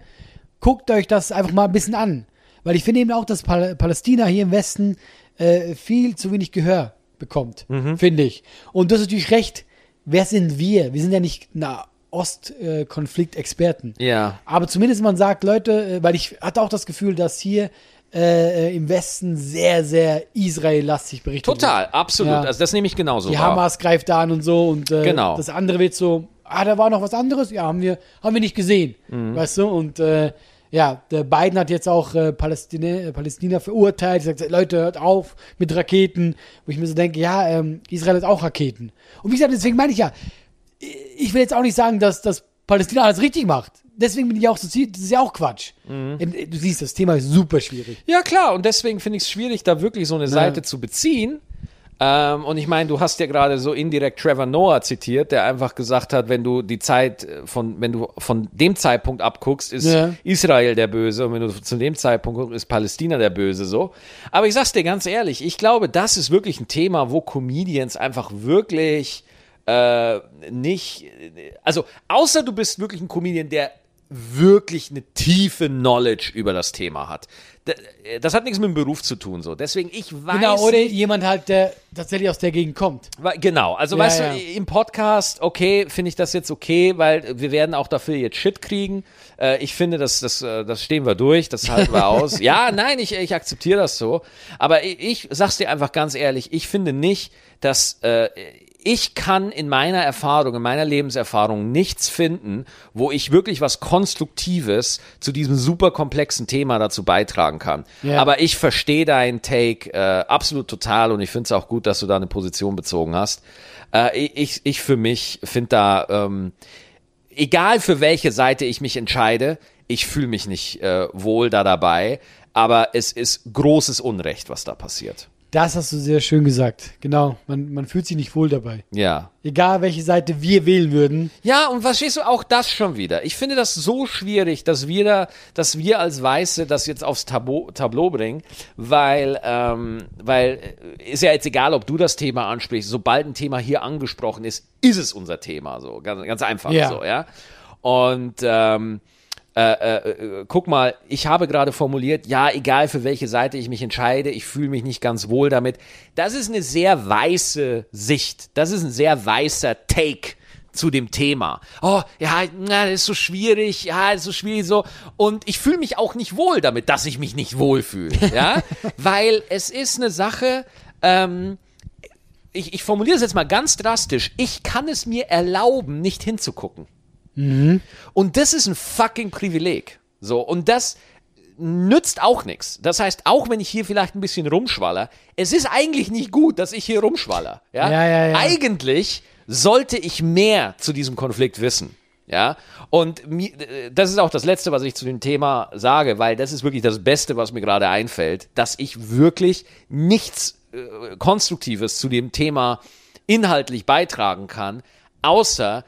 [SPEAKER 2] guckt euch das einfach mal ein bisschen an. Weil ich finde eben auch, dass Pal Palästina hier im Westen äh, viel zu wenig Gehör bekommt,
[SPEAKER 1] Mhm.
[SPEAKER 2] finde ich. Und du hast natürlich recht, wer sind wir? Wir sind ja nicht Nahostkonflikt-Experten.
[SPEAKER 1] Ja.
[SPEAKER 2] Aber zumindest man sagt, Leute, äh, weil ich hatte auch das Gefühl, dass hier äh, im Westen sehr, sehr Israel-lastig berichtet wird.
[SPEAKER 1] Total, absolut.
[SPEAKER 2] Ja.
[SPEAKER 1] Also das nehme ich genauso
[SPEAKER 2] Die
[SPEAKER 1] wahr.
[SPEAKER 2] Hamas greift da an und so und äh,
[SPEAKER 1] Genau.
[SPEAKER 2] das andere wird so, ah, da war noch was anderes, ja, haben wir, haben wir nicht gesehen, weißt du, und äh, ja, der Biden hat jetzt auch äh, Palästina, Palästina verurteilt, sagt, Leute, hört auf mit Raketen, wo ich mir so denke, ja, ähm, Israel hat auch Raketen. Und wie gesagt, deswegen meine ich ja, ich will jetzt auch nicht sagen, dass, dass Palästina alles richtig macht. Deswegen bin ich auch so, das ist ja auch Quatsch. Äh, Du siehst, das Thema ist super schwierig.
[SPEAKER 1] Ja, klar. Und deswegen finde ich es schwierig, da wirklich so eine Seite zu beziehen. Ähm, und ich meine, du hast ja gerade so indirekt Trevor Noah zitiert, der einfach gesagt hat, wenn du die Zeit äh, von, wenn du von dem Zeitpunkt abguckst, ist
[SPEAKER 2] Ja.
[SPEAKER 1] Israel der Böse und wenn du zu dem Zeitpunkt guckst, ist Palästina der Böse so. Aber ich sag's dir ganz ehrlich, ich glaube, das ist wirklich ein Thema, wo Comedians einfach wirklich äh, nicht, also außer du bist wirklich ein Comedian, der wirklich eine tiefe Knowledge über das Thema hat. D- Das hat nichts mit dem Beruf zu tun, so. Deswegen, ich weiß.
[SPEAKER 2] Genau, oder jemand halt, der tatsächlich aus der Gegend kommt.
[SPEAKER 1] Wa- Genau, also
[SPEAKER 2] Ja,
[SPEAKER 1] weißt
[SPEAKER 2] ja.
[SPEAKER 1] du, im Podcast, okay, finde ich das jetzt okay, weil wir werden auch dafür jetzt Shit kriegen. Äh, ich finde, das, das, äh, das stehen wir durch, das halten wir aus. Ja, nein, ich, ich akzeptiere das so. Aber ich, ich sag's dir einfach ganz ehrlich, ich finde nicht, dass äh, ich kann in meiner Erfahrung, in meiner Lebenserfahrung nichts finden, wo ich wirklich was Konstruktives zu diesem super komplexen Thema dazu beitragen kann.
[SPEAKER 2] Ja.
[SPEAKER 1] Aber ich verstehe deinen Take äh, absolut total und ich finde es auch gut, dass du da eine Position bezogen hast. Äh, ich, ich für mich finde da, ähm, egal für welche Seite ich mich entscheide, ich fühle mich nicht äh, wohl da dabei, aber es ist großes Unrecht, was da passiert.
[SPEAKER 2] Das hast du sehr schön gesagt. Genau, man, man fühlt sich nicht wohl dabei.
[SPEAKER 1] Ja.
[SPEAKER 2] Egal, welche Seite wir wählen würden.
[SPEAKER 1] Ja, und verstehst du auch das schon wieder? Ich finde das so schwierig, dass wir da, dass wir als Weiße das jetzt aufs Tabo, Tableau bringen, weil, ähm, weil äh, ist ja jetzt egal, ob du das Thema ansprichst, sobald ein Thema hier angesprochen ist, ist es unser Thema, so ganz, ganz einfach
[SPEAKER 2] Ja.
[SPEAKER 1] so, ja. Und ähm, äh, äh, guck mal, ich habe gerade formuliert, ja, egal für welche Seite ich mich entscheide, ich fühle mich nicht ganz wohl damit. Das ist eine sehr weiße Sicht. Das ist ein sehr weißer Take zu dem Thema. Oh, ja, na, das ist so schwierig, ja, das ist so schwierig so. Und ich fühle mich auch nicht wohl damit, dass ich mich nicht wohl fühle, ja, weil es ist eine Sache. Ähm, ich, ich formuliere es jetzt mal ganz drastisch. Ich kann es mir erlauben, nicht hinzugucken. Und das ist ein fucking Privileg. So, und das nützt auch nichts. Das heißt, auch wenn ich hier vielleicht ein bisschen rumschwaller, es ist eigentlich nicht gut, dass ich hier rumschwaller. Ja,
[SPEAKER 2] Ja, ja, ja.
[SPEAKER 1] Eigentlich sollte ich mehr zu diesem Konflikt wissen. Ja, und mi- äh, das ist auch das Letzte, was ich zu dem Thema sage, weil das ist wirklich das Beste, was mir gerade einfällt, dass ich wirklich nichts äh, Konstruktives zu dem Thema inhaltlich beitragen kann, außer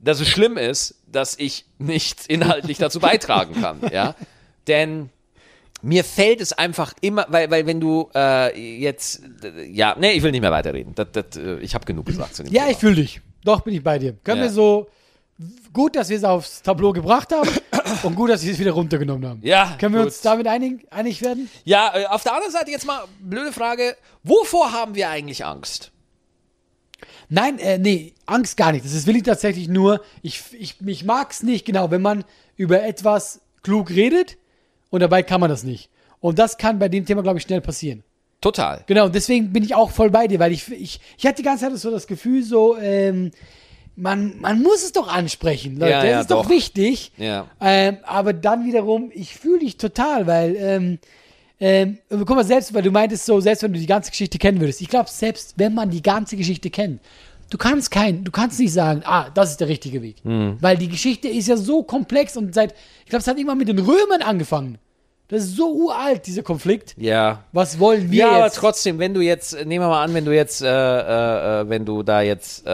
[SPEAKER 1] dass es schlimm ist, dass ich nichts inhaltlich dazu beitragen kann. Ja, denn mir fällt es einfach immer, weil, weil wenn du äh, jetzt, d- ja, nee, ich will nicht mehr weiterreden. Das, das, äh, ich habe genug gesagt zu dem
[SPEAKER 2] Ja,
[SPEAKER 1] Thema.
[SPEAKER 2] ich fühle dich. Doch, bin ich bei dir. Können
[SPEAKER 1] Ja.
[SPEAKER 2] wir so. Gut, dass wir es aufs Tableau gebracht haben und gut, dass wir es wieder runtergenommen haben.
[SPEAKER 1] Ja,
[SPEAKER 2] Können wir
[SPEAKER 1] gut.
[SPEAKER 2] uns damit einig, einig werden?
[SPEAKER 1] Ja, äh, auf der anderen Seite jetzt mal blöde Frage, wovor haben wir eigentlich Angst?
[SPEAKER 2] Nein, äh, nee, Angst gar nicht. Das ist will ich tatsächlich nur. Ich, ich, ich mag es nicht, genau, wenn man über etwas klug redet und dabei kann man das nicht. Und das kann bei dem Thema, glaube ich, schnell passieren.
[SPEAKER 1] Total.
[SPEAKER 2] Genau, deswegen bin ich auch voll bei dir, weil ich, ich, ich hatte die ganze Zeit so das Gefühl, so, ähm, man, man muss es doch ansprechen, Leute.
[SPEAKER 1] Ja,
[SPEAKER 2] das
[SPEAKER 1] ja,
[SPEAKER 2] ist doch,
[SPEAKER 1] doch.
[SPEAKER 2] wichtig.
[SPEAKER 1] Ja.
[SPEAKER 2] Ähm, aber dann wiederum, ich fühle dich total, weil, ähm, ähm, guck mal, selbst, weil du meintest so, selbst wenn du die ganze Geschichte kennen würdest, ich glaube, selbst wenn man die ganze Geschichte kennt, du kannst kein, du kannst nicht sagen, ah, das ist der richtige Weg.
[SPEAKER 1] Hm.
[SPEAKER 2] Weil die Geschichte ist ja so komplex und seit, ich glaube, es hat irgendwann mit den Römern angefangen. Das ist so uralt, dieser Konflikt.
[SPEAKER 1] Ja.
[SPEAKER 2] Was wollen wir
[SPEAKER 1] Ja, aber
[SPEAKER 2] jetzt?
[SPEAKER 1] trotzdem, wenn du jetzt, äh, nehmen wir mal an, wenn du jetzt, äh, äh, äh, wenn du da jetzt äh,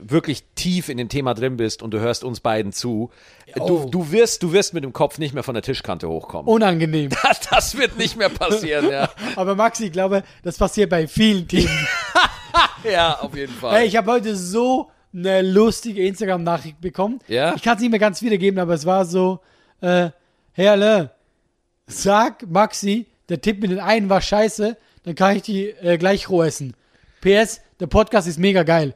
[SPEAKER 1] wirklich tief in dem Thema drin bist und du hörst uns beiden zu, äh,
[SPEAKER 2] Oh.
[SPEAKER 1] du, du, wirst, du wirst mit dem Kopf nicht mehr von der Tischkante hochkommen.
[SPEAKER 2] Unangenehm.
[SPEAKER 1] Das wird nicht mehr passieren, ja.
[SPEAKER 2] Aber Maxi, ich glaube, das passiert bei vielen Themen.
[SPEAKER 1] Ja, auf jeden Fall.
[SPEAKER 2] Ey, ich habe heute so eine lustige Instagram-Nachricht bekommen.
[SPEAKER 1] Ja?
[SPEAKER 2] Ich kann es nicht mehr ganz wiedergeben, aber es war so, äh, Herle, sag Maxi, der Tipp mit den einen war scheiße, dann kann ich die äh, gleich roh essen. PS, der Podcast ist mega geil.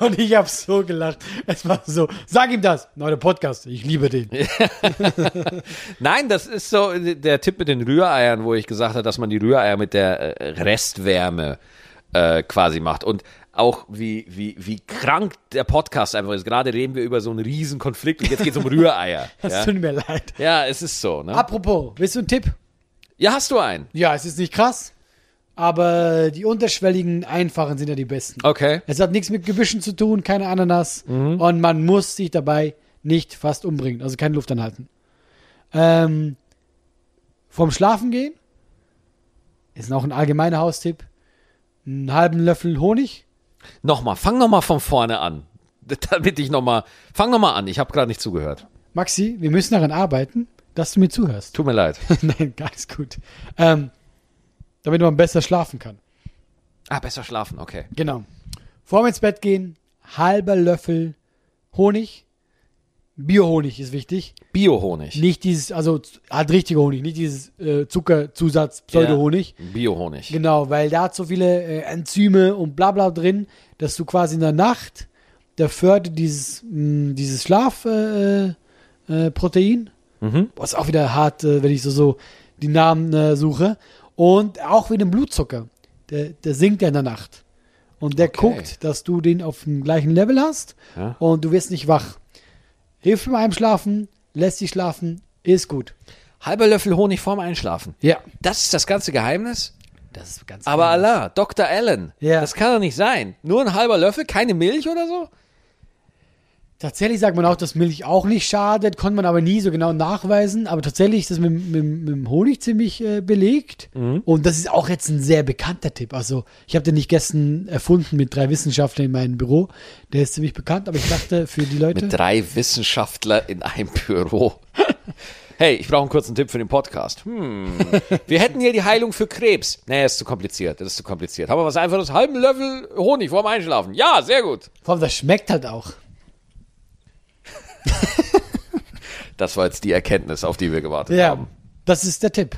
[SPEAKER 2] Und ich habe so gelacht. Es war so, sag ihm das. Neuer Podcast, ich liebe den.
[SPEAKER 1] Nein, das ist so äh, der Tipp mit den Rühreiern, wo ich gesagt habe, dass man die Rühreier mit der äh, Restwärme äh, quasi macht. Und auch wie, wie, wie krank der Podcast einfach ist. Gerade reden wir über so einen riesen Konflikt und jetzt geht es um Rühreier.
[SPEAKER 2] Das
[SPEAKER 1] ja?
[SPEAKER 2] tut mir leid.
[SPEAKER 1] ja, es ist so. Ne?
[SPEAKER 2] Apropos, willst du einen Tipp?
[SPEAKER 1] Ja, hast du einen?
[SPEAKER 2] Ja, es ist nicht krass, aber die unterschwelligen, einfachen sind ja die besten.
[SPEAKER 1] Okay.
[SPEAKER 2] Es hat nichts mit Gebüschen zu tun, keine Ananas und man muss sich dabei nicht fast umbringen, also keine Luft anhalten. Ähm, vom Schlafen gehen ist noch ein allgemeiner Haustipp. Einen halben Löffel Honig.
[SPEAKER 1] Nochmal, fang nochmal von vorne an. Damit ich nochmal, fang nochmal an. Ich habe gerade nicht zugehört.
[SPEAKER 2] Maxi, wir müssen daran arbeiten, dass du mir zuhörst.
[SPEAKER 1] Tut mir leid.
[SPEAKER 2] Nein, ganz gut. Ähm, damit man besser schlafen kann.
[SPEAKER 1] Ah, besser schlafen, okay.
[SPEAKER 2] Genau. Vorm ins Bett gehen, halber Löffel Honig. Biohonig ist wichtig.
[SPEAKER 1] Biohonig.
[SPEAKER 2] Nicht dieses, also z- halt richtiger Honig, nicht dieses äh, Zuckerzusatz, Pseudohonig.
[SPEAKER 1] Biohonig.
[SPEAKER 2] Genau, weil da hat so viele äh, Enzyme und bla bla drin, dass du quasi in der Nacht, da fördert dieses, mh, dieses Schlafprotein. Äh, äh, Protein.
[SPEAKER 1] Mhm.
[SPEAKER 2] Boah, ist auch wieder hart, äh, wenn ich so, so die Namen äh, suche. Und auch wegen dem Blutzucker. Der, der sinkt ja in der Nacht. Und der
[SPEAKER 1] Okay.
[SPEAKER 2] guckt, dass du den auf dem gleichen Level hast
[SPEAKER 1] Ja.
[SPEAKER 2] und du wirst nicht wach. Hilft beim Einschlafen, lässt dich schlafen, ist gut.
[SPEAKER 1] Halber Löffel Honig vorm Einschlafen.
[SPEAKER 2] Ja.
[SPEAKER 1] Das ist das ganze Geheimnis?
[SPEAKER 2] Das ist ganz
[SPEAKER 1] Aber Allah, Dr. Allen,
[SPEAKER 2] Ja.
[SPEAKER 1] das kann doch nicht sein. Nur ein halber Löffel, keine Milch oder so?
[SPEAKER 2] Tatsächlich sagt man auch, dass Milch auch nicht schadet, konnte man aber nie so genau nachweisen. Aber tatsächlich ist das mit, mit, mit dem Honig ziemlich äh, belegt. Und das ist auch jetzt ein sehr bekannter Tipp. Also, ich habe den nicht gestern erfunden mit drei Wissenschaftlern in meinem Büro. Der ist ziemlich bekannt, aber ich dachte, für die Leute.
[SPEAKER 1] Mit drei Wissenschaftler in einem Büro. Hey, ich brauche einen kurzen Tipp für den Podcast. Hm. Wir hätten hier die Heilung für Krebs. Nee, ist zu kompliziert. Das ist zu kompliziert. Haben wir was einfaches? Halben Löffel Honig vorm Einschlafen. Ja, sehr gut.
[SPEAKER 2] Vor allem, das schmeckt halt auch.
[SPEAKER 1] Das war jetzt die Erkenntnis, auf die wir gewartet
[SPEAKER 2] Ja.
[SPEAKER 1] haben.
[SPEAKER 2] Das ist der Tipp.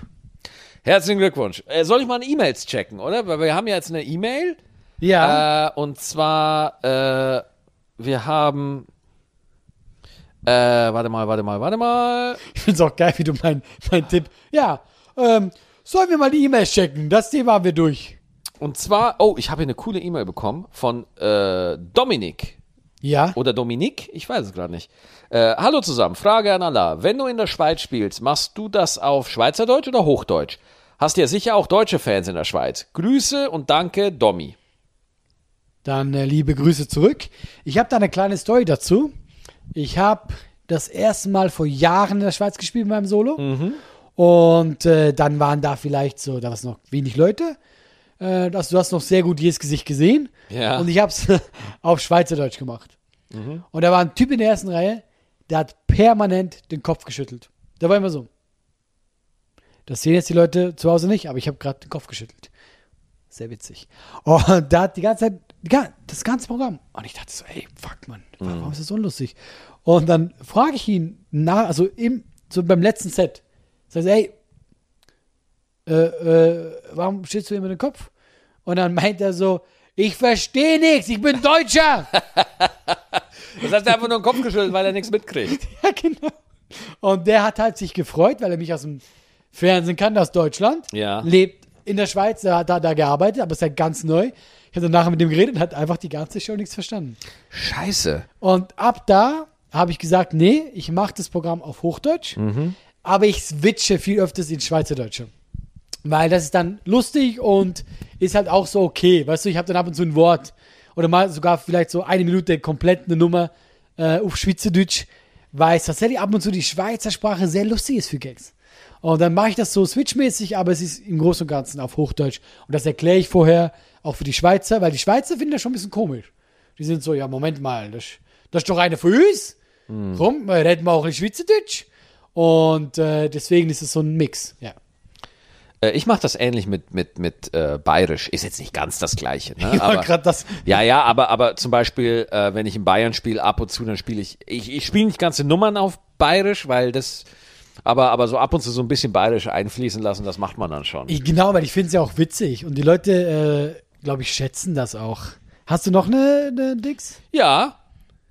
[SPEAKER 1] Herzlichen Glückwunsch. Äh, soll ich mal eine E-Mails checken, oder? Weil wir haben ja jetzt eine E-Mail.
[SPEAKER 2] Ja.
[SPEAKER 1] Äh, und zwar, äh, wir haben. Äh, warte mal, warte mal, warte mal.
[SPEAKER 2] Ich finde es auch geil, wie du mein, mein Tipp. Ja. Ähm, sollen wir mal die E-Mails checken? Das Thema haben wir durch.
[SPEAKER 1] Und zwar, oh, ich habe hier eine coole E-Mail bekommen von äh, Dominik.
[SPEAKER 2] Ja.
[SPEAKER 1] Oder Dominik, ich weiß es gerade nicht. Äh, hallo zusammen, Frage an Allah. Wenn du in der Schweiz spielst, machst du das auf Schweizerdeutsch oder Hochdeutsch? Hast ja sicher auch deutsche Fans in der Schweiz. Grüße und danke, Domi.
[SPEAKER 2] Dann äh, liebe Grüße zurück. Ich habe da eine kleine Story dazu. Ich habe das erste Mal vor Jahren in der Schweiz gespielt beim Solo. Und äh, dann waren da vielleicht so, da war es noch wenig Leute. Äh, das, du hast noch sehr gut jedes Gesicht gesehen.
[SPEAKER 1] Ja.
[SPEAKER 2] Und ich habe es auf Schweizerdeutsch gemacht. Und da war ein Typ in der ersten Reihe, der hat permanent den Kopf geschüttelt. Der war immer so. Das sehen jetzt die Leute zu Hause nicht, aber ich habe gerade den Kopf geschüttelt. Sehr witzig. Und da hat die ganze Zeit, die ga- das ganze Programm. Und ich dachte so, ey, fuck, Mann, warum ist das unlustig? Und dann frage ich ihn nach, also im, so beim letzten Set. Sag ich, ey, äh, äh, warum schützt du immer den Kopf? Und dann meint er so, ich verstehe nichts, ich bin Deutscher.
[SPEAKER 1] Das hat er einfach nur den Kopf geschüttelt, weil er nichts mitkriegt.
[SPEAKER 2] ja, genau. Und der hat halt sich gefreut, weil er mich aus dem Fernsehen kannte, aus Deutschland.
[SPEAKER 1] Ja.
[SPEAKER 2] Lebt in der Schweiz, er hat da, da gearbeitet, aber ist halt ganz neu. Ich hatte nachher mit dem geredet und hat einfach die ganze Show nichts verstanden.
[SPEAKER 1] Scheiße.
[SPEAKER 2] Und ab da habe ich gesagt, nee, ich mache das Programm auf Hochdeutsch, aber ich switche viel öfters in Schweizerdeutsche. Weil das ist dann lustig und ist halt auch so okay. Weißt du, ich habe dann ab und zu ein Wort oder mal sogar vielleicht so eine Minute komplett eine Nummer äh, auf Schweizerdeutsch, weil es tatsächlich ab und zu die Schweizer Sprache sehr lustig ist für Gags. Und dann mache ich das so switchmäßig, aber es ist im Großen und Ganzen auf Hochdeutsch. Und das erkläre ich vorher auch für die Schweizer, weil die Schweizer finden das schon ein bisschen komisch. Die sind so, ja, Moment mal, das, das ist doch einer von uns. Komm, wir reden wir auch in Schweizerdeutsch. Und äh, deswegen ist es so ein Mix. Ja.
[SPEAKER 1] Äh, ich mache das ähnlich mit, mit, mit äh, Bayerisch. Ist jetzt nicht ganz das Gleiche. Ne?
[SPEAKER 2] Ich wollte
[SPEAKER 1] Aber-
[SPEAKER 2] gerade das.
[SPEAKER 1] Ja, ja, aber, aber zum Beispiel, äh, wenn ich in Bayern spiele, ab und zu, dann spiele ich, ich, ich spiele nicht ganze Nummern auf Bayerisch, weil das, aber, aber so ab und zu so ein bisschen Bayerisch einfließen lassen, das macht man dann schon.
[SPEAKER 2] Ich, genau, weil ich finde es ja auch witzig. Und die Leute, äh, glaube ich, schätzen das auch. Hast du noch ne, eine, eine Dix?
[SPEAKER 1] ja,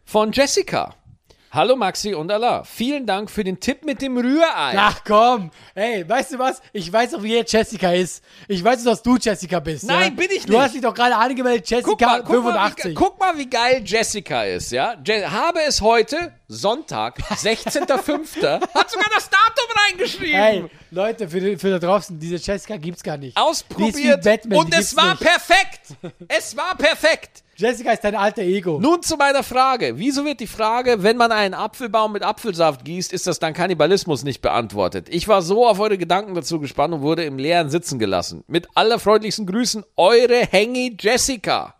[SPEAKER 1] von Jessica. Hallo Maxi und Allah. Vielen Dank für den Tipp mit dem Rührei.
[SPEAKER 2] Ach komm, ey, weißt du was? Ich weiß doch, wer Jessica ist. Ich weiß, dass du Jessica bist.
[SPEAKER 1] Nein,
[SPEAKER 2] ja?
[SPEAKER 1] bin ich
[SPEAKER 2] Du
[SPEAKER 1] nicht.
[SPEAKER 2] hast dich doch gerade angemeldet, Jessica
[SPEAKER 1] Guck mal, guck, mal, wie,
[SPEAKER 2] 85.
[SPEAKER 1] ge- guck mal, wie geil Jessica ist, ja? Je habe es heute, Sonntag, 16.05. hat sogar das Datum reingeschrieben.
[SPEAKER 2] Ey, Leute, für, die- für da draußen, diese Jessica gibt's gar nicht. Die ist wie
[SPEAKER 1] ausprobiert
[SPEAKER 2] Batman,
[SPEAKER 1] und
[SPEAKER 2] die
[SPEAKER 1] es
[SPEAKER 2] gibt's
[SPEAKER 1] war
[SPEAKER 2] nicht.
[SPEAKER 1] perfekt. Es war perfekt.
[SPEAKER 2] Jessica ist dein alter Ego.
[SPEAKER 1] Nun zu meiner Frage. Wieso wird die Frage, wenn man einen Apfelbaum mit Apfelsaft gießt, ist das dann Kannibalismus nicht beantwortet? Ich war so auf eure Gedanken dazu gespannt und wurde im Leeren sitzen gelassen. Mit allerfreundlichsten Grüßen, eure Hengi Jessica.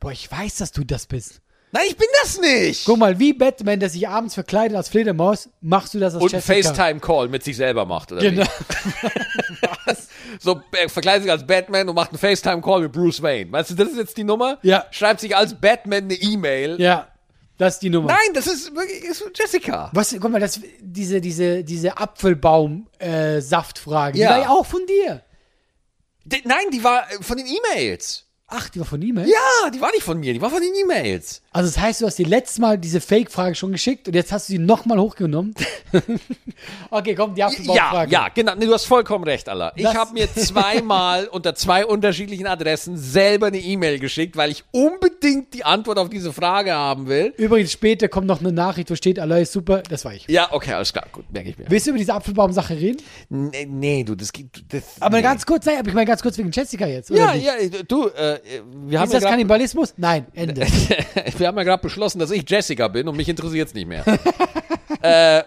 [SPEAKER 2] Boah, ich weiß, dass du das bist.
[SPEAKER 1] Nein, ich bin das nicht.
[SPEAKER 2] Guck mal, wie Batman, der sich abends verkleidet als Fledermaus, machst du das als
[SPEAKER 1] und einen
[SPEAKER 2] Jessica.
[SPEAKER 1] FaceTime-Call mit sich selber macht, oder
[SPEAKER 2] Genau.
[SPEAKER 1] wie? So, er verkleidet sich als Batman und macht einen FaceTime-Call mit Bruce Wayne. Weißt du, das ist jetzt die Nummer?
[SPEAKER 2] Ja.
[SPEAKER 1] Schreibt sich als Batman eine E-Mail.
[SPEAKER 2] Ja, das ist die Nummer.
[SPEAKER 1] Nein, das ist wirklich ist Jessica.
[SPEAKER 2] Was, guck mal, das, diese, diese, diese Apfelbaum-Saftfrage,
[SPEAKER 1] Ja.
[SPEAKER 2] die war ja auch von dir.
[SPEAKER 1] Die, nein, die war äh, von den E-Mails.
[SPEAKER 2] Ach, die war von ihm, ey?
[SPEAKER 1] Ja, die war nicht von mir, die war von den E-Mails.
[SPEAKER 2] Also das heißt, du hast die letztes Mal diese Fake-Frage schon geschickt und jetzt hast du sie nochmal hochgenommen. okay, komm, die
[SPEAKER 1] Ja,
[SPEAKER 2] Apfelbaum-Frage.
[SPEAKER 1] ja, genau. Nee, du hast vollkommen recht, Allah. Ich
[SPEAKER 2] Das-
[SPEAKER 1] habe mir zweimal unter zwei unterschiedlichen Adressen selber eine E-Mail geschickt, weil ich unbedingt die Antwort auf diese Frage haben will.
[SPEAKER 2] Übrigens, später kommt noch eine Nachricht, wo steht, Allah ist super, das war ich.
[SPEAKER 1] Ja, okay, alles klar, gut, merke ich mir.
[SPEAKER 2] Willst du über diese Apfelbaum-Sache reden?
[SPEAKER 1] Nee, nee du, das gibt. Das,
[SPEAKER 2] Aber
[SPEAKER 1] nee.
[SPEAKER 2] ganz kurz, nein, aber ich meine ganz kurz wegen Jessica jetzt.
[SPEAKER 1] Ja,
[SPEAKER 2] oder nicht?
[SPEAKER 1] ja, du, äh, wir Äh, haben
[SPEAKER 2] Ist
[SPEAKER 1] ja
[SPEAKER 2] das
[SPEAKER 1] grad-
[SPEAKER 2] Kannibalismus? Nein, Ende.
[SPEAKER 1] Wir haben ja gerade beschlossen, dass ich Jessica bin und mich interessiert es nicht mehr. äh,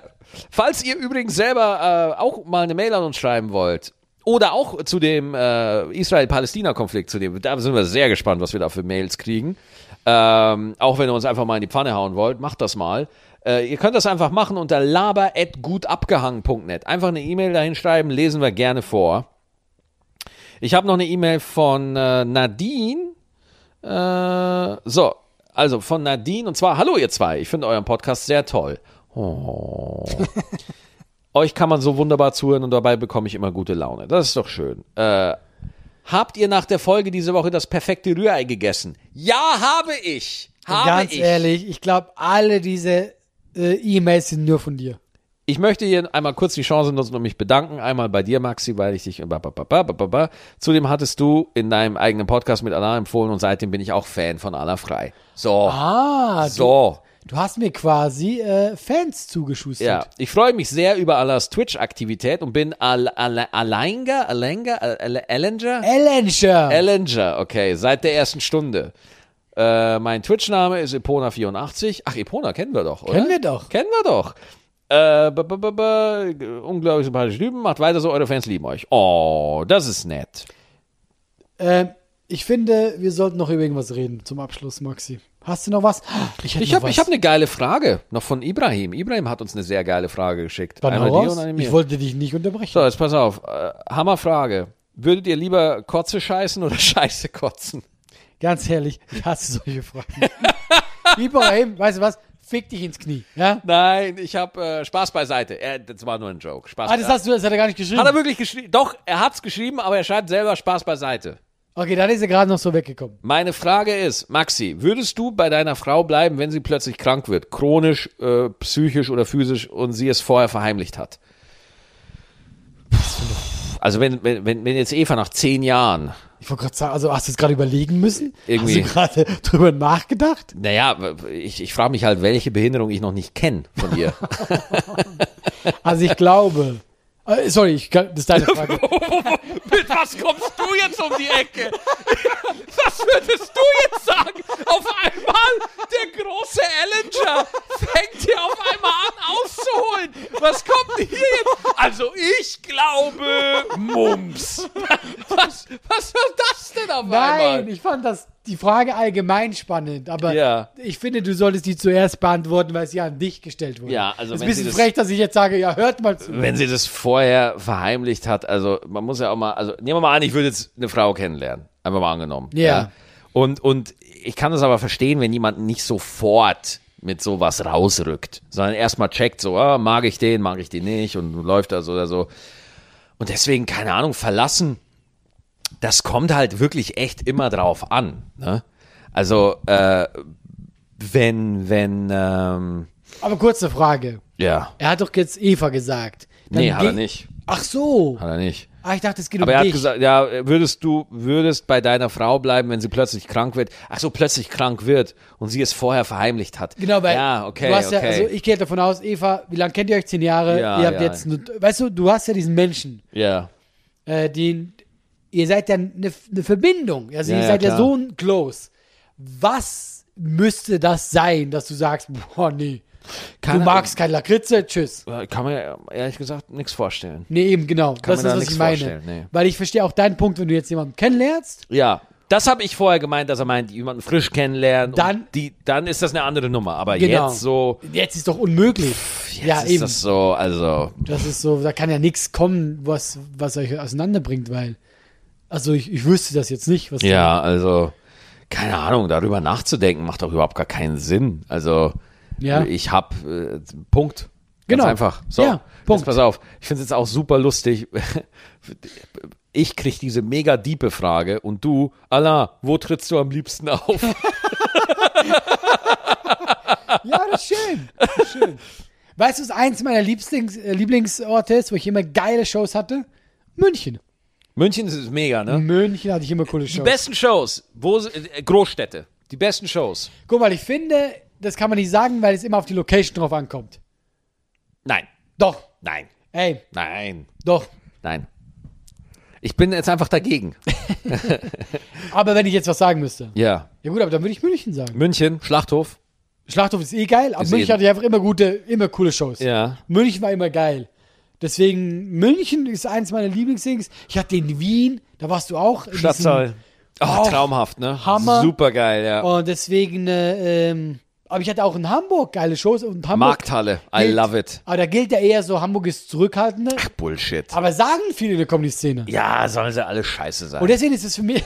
[SPEAKER 1] falls ihr übrigens selber äh, auch mal eine Mail an uns schreiben wollt oder auch zu dem äh, Israel-Palästina-Konflikt, zu dem, da sind wir sehr gespannt, was wir da für Mails kriegen. Ähm, auch wenn ihr uns einfach mal in die Pfanne hauen wollt, macht das mal. Äh, ihr könnt das einfach machen unter laber.gutabgehangen.net. Einfach eine E-Mail dahin schreiben, lesen wir gerne vor. Ich habe noch eine E-Mail von äh, Nadine. Äh, so, also von Nadine und zwar: Hallo, ihr zwei, ich finde euren Podcast sehr toll. Oh. Euch kann man so wunderbar zuhören und dabei bekomme ich immer gute Laune. Das ist doch schön. Äh, habt ihr nach der Folge diese Woche das perfekte Rührei gegessen? Ja, habe ich. Habe
[SPEAKER 2] Ganz
[SPEAKER 1] ich.
[SPEAKER 2] ehrlich, ich glaube, alle diese äh, E-Mails sind nur von dir.
[SPEAKER 1] Ich möchte hier einmal kurz die Chance nutzen und mich bedanken. Einmal bei dir, Maxi, weil ich dich. ba, ba, ba, ba, ba, ba, ba. Zudem hattest du in deinem eigenen Podcast mit Allah empfohlen und seitdem bin ich auch Fan von Allah frei. So.
[SPEAKER 2] Ah,
[SPEAKER 1] so.
[SPEAKER 2] du, du hast mir quasi äh, Fans zugeschustert.
[SPEAKER 1] Ja, ich freue mich sehr über Allahs Twitch-Aktivität und bin Al Al Alanger, Alanger, Al Al Allenger?
[SPEAKER 2] Ellenger.
[SPEAKER 1] Allenger, okay, seit der ersten Stunde. Äh, mein Twitch-Name ist Epona84. Ach, Epona kennen wir doch, oder?
[SPEAKER 2] Kennen wir doch.
[SPEAKER 1] Kennen wir doch. Äh, b -b -b -b unglaublich sympathische Typen. Macht weiter so, eure Fans lieben euch. Oh, das ist nett.
[SPEAKER 2] Ähm, ich finde, wir sollten noch über irgendwas reden zum Abschluss, Maxi. Hast du noch was? Ich, hätte
[SPEAKER 1] Ich
[SPEAKER 2] noch
[SPEAKER 1] habe
[SPEAKER 2] was.
[SPEAKER 1] hab eine geile Frage noch von Ibrahim. Ibrahim hat uns eine sehr geile Frage geschickt.
[SPEAKER 2] Dann hau
[SPEAKER 1] dir
[SPEAKER 2] raus.
[SPEAKER 1] und eine mir.
[SPEAKER 2] Ich wollte dich nicht unterbrechen.
[SPEAKER 1] so, jetzt pass auf. Äh, Hammerfrage. Würdet ihr lieber Kotze scheißen oder Scheiße kotzen?
[SPEAKER 2] Ganz herrlich, ich hasse solche Fragen. Ibrahim, weißt du was? Fick dich ins Knie. Ja?
[SPEAKER 1] Nein, ich habe äh, Spaß beiseite. Äh, das war nur ein Joke. Spaß
[SPEAKER 2] Ah, das hast du, das hat er gar nicht geschrieben.
[SPEAKER 1] Hat er wirklich geschrieben? Doch, er hat's geschrieben, aber er schreibt selber Spaß beiseite.
[SPEAKER 2] Okay, dann ist er gerade noch so weggekommen.
[SPEAKER 1] Meine Frage ist, Maxi, würdest du bei deiner Frau bleiben, wenn sie plötzlich krank wird, chronisch, äh, psychisch oder physisch und sie es vorher verheimlicht hat? Also wenn, wenn, wenn wenn jetzt Eva nach zehn Jahren,
[SPEAKER 2] Ich wollte gerade sagen, also hast du es gerade überlegen müssen?
[SPEAKER 1] Irgendwie.
[SPEAKER 2] Hast du gerade drüber nachgedacht?
[SPEAKER 1] naja, ich, ich frage mich halt, welche Behinderung ich noch nicht kenne von ihr.
[SPEAKER 2] Also ich glaube. Äh, sorry, ich, kann- das ist deine Frage.
[SPEAKER 1] Mit was kommst du jetzt um die Ecke? Was würdest du jetzt sagen? Auf einmal der große Ellinger fängt hier auf einmal an auszuholen. Was kommt denn hier jetzt? Also ich glaube Mumps. Was, was soll das denn auf
[SPEAKER 2] Nein,
[SPEAKER 1] einmal?
[SPEAKER 2] ich fand das die Frage allgemein spannend, aber
[SPEAKER 1] Ja.
[SPEAKER 2] ich finde, du solltest die zuerst beantworten, weil sie ja an dich gestellt wurde.
[SPEAKER 1] Ja, also
[SPEAKER 2] Es ist
[SPEAKER 1] wenn
[SPEAKER 2] ein
[SPEAKER 1] sie
[SPEAKER 2] bisschen
[SPEAKER 1] das-
[SPEAKER 2] frech, dass ich jetzt sage, ja, hört mal zu.
[SPEAKER 1] Wenn sie das vorher verheimlicht hat, also man muss ja auch mal, also nehmen wir mal an, ich würde jetzt eine Frau kennenlernen. Einfach mal angenommen.
[SPEAKER 2] Ja.
[SPEAKER 1] Und, und ich kann das aber verstehen, wenn jemand nicht sofort mit sowas rausrückt, sondern erstmal checkt, so, ah, mag ich den, mag ich den nicht und läuft das oder so. Und deswegen, keine Ahnung, verlassen, das kommt halt wirklich echt immer drauf an. Ne? Also, äh, wenn, wenn, ähm,
[SPEAKER 2] Aber kurze Frage.
[SPEAKER 1] ja,
[SPEAKER 2] Er hat doch jetzt Eva gesagt. Dann
[SPEAKER 1] Nee, hat
[SPEAKER 2] geh-
[SPEAKER 1] er nicht.
[SPEAKER 2] Ach so.
[SPEAKER 1] hat er nicht.
[SPEAKER 2] Ah, ich dachte, es geht
[SPEAKER 1] Aber
[SPEAKER 2] um
[SPEAKER 1] er hat
[SPEAKER 2] dich.
[SPEAKER 1] gesagt, ja, würdest du, würdest bei deiner Frau bleiben, wenn sie plötzlich krank wird? Ach so, plötzlich krank wird und sie es vorher verheimlicht hat.
[SPEAKER 2] genau, weil
[SPEAKER 1] ja, okay,
[SPEAKER 2] du hast
[SPEAKER 1] okay.
[SPEAKER 2] ja, also ich gehe davon aus, Eva, wie lange kennt ihr euch? Zehn Jahre.
[SPEAKER 1] Ja,
[SPEAKER 2] ihr habt
[SPEAKER 1] ja.
[SPEAKER 2] jetzt, eine, weißt du, du hast ja diesen Menschen,
[SPEAKER 1] ja,
[SPEAKER 2] äh, den, ihr seid ja eine, eine Verbindung. Also
[SPEAKER 1] Ja,
[SPEAKER 2] ihr
[SPEAKER 1] ja,
[SPEAKER 2] seid ja,
[SPEAKER 1] klar.
[SPEAKER 2] so ein close. Was müsste das sein, dass du sagst, boah, nee,
[SPEAKER 1] Keine
[SPEAKER 2] du magst kein Lakritze, tschüss.
[SPEAKER 1] Ahnung. Äh, kann mir ehrlich gesagt nichts vorstellen.
[SPEAKER 2] Nee, eben genau. das
[SPEAKER 1] mir
[SPEAKER 2] ist,
[SPEAKER 1] da
[SPEAKER 2] was
[SPEAKER 1] nichts
[SPEAKER 2] ich meine.
[SPEAKER 1] vorstellen, nee.
[SPEAKER 2] Weil ich verstehe auch deinen Punkt, wenn du jetzt jemanden kennenlernst,
[SPEAKER 1] Ja, das habe ich vorher gemeint, dass er meint, jemanden frisch kennenlernen. und
[SPEAKER 2] Dann-
[SPEAKER 1] die, dann ist das eine andere Nummer. Aber
[SPEAKER 2] Genau.
[SPEAKER 1] jetzt so,
[SPEAKER 2] jetzt ist doch unmöglich.
[SPEAKER 1] jetzt
[SPEAKER 2] ja,
[SPEAKER 1] ist
[SPEAKER 2] eben.
[SPEAKER 1] das so, also
[SPEAKER 2] Das ist so, da kann ja nichts kommen, was, was euch auseinanderbringt, weil. Also ich, ich wüsste das jetzt nicht, was
[SPEAKER 1] ja, also keine Ahnung, darüber nachzudenken macht doch überhaupt gar keinen Sinn. Also
[SPEAKER 2] Ja.
[SPEAKER 1] ich hab äh, Punkt. Ganz
[SPEAKER 2] Genau.
[SPEAKER 1] einfach. So,
[SPEAKER 2] Ja,
[SPEAKER 1] Punkt.
[SPEAKER 2] Punkt.
[SPEAKER 1] Jetzt pass auf. Ich finde es jetzt auch super lustig. Ich krieg diese mega diepe Frage und du, Allah, wo trittst du am liebsten auf?
[SPEAKER 2] Ja, das ist schön. Das ist schön. Weißt du, was eins meiner Lieblings, äh, Lieblingsorte ist, wo ich immer geile Shows hatte? München.
[SPEAKER 1] München ist mega, ne?
[SPEAKER 2] München hatte ich immer coole
[SPEAKER 1] Die
[SPEAKER 2] Shows.
[SPEAKER 1] besten Shows, wo sie- äh, Großstädte, die besten Shows.
[SPEAKER 2] Guck mal, ich finde, das kann man nicht sagen, weil es immer auf die Location drauf ankommt.
[SPEAKER 1] Nein,
[SPEAKER 2] Doch.
[SPEAKER 1] nein,
[SPEAKER 2] Ey,
[SPEAKER 1] nein,
[SPEAKER 2] doch.
[SPEAKER 1] nein. Ich bin jetzt einfach dagegen.
[SPEAKER 2] Aber wenn ich jetzt was sagen müsste.
[SPEAKER 1] Ja,
[SPEAKER 2] Ja gut, aber dann würde ich München sagen.
[SPEAKER 1] München, Schlachthof.
[SPEAKER 2] Schlachthof ist eh geil, aber
[SPEAKER 1] Ist
[SPEAKER 2] München
[SPEAKER 1] eh-
[SPEAKER 2] hatte ich einfach immer gute, immer coole Shows.
[SPEAKER 1] Ja.
[SPEAKER 2] München war immer geil. Deswegen, München ist eins meiner Lieblingsdings. Ich hatte in Wien, da warst du auch. in diesem-
[SPEAKER 1] Stadtsaal. Oh,
[SPEAKER 2] Auch
[SPEAKER 1] traumhaft, ne?
[SPEAKER 2] Hammer.
[SPEAKER 1] Super geil, ja.
[SPEAKER 2] Und deswegen, äh, ähm, aber ich hatte auch in Hamburg geile Shows. Und Hamburg
[SPEAKER 1] Markthalle, I
[SPEAKER 2] gilt-
[SPEAKER 1] love it.
[SPEAKER 2] Aber da gilt ja eher so, Hamburg ist zurückhaltender.
[SPEAKER 1] Bullshit.
[SPEAKER 2] Aber sagen viele in der Comedy-Szene.
[SPEAKER 1] Ja, sollen sie alle scheiße sein.
[SPEAKER 2] Und deswegen ist es für mich,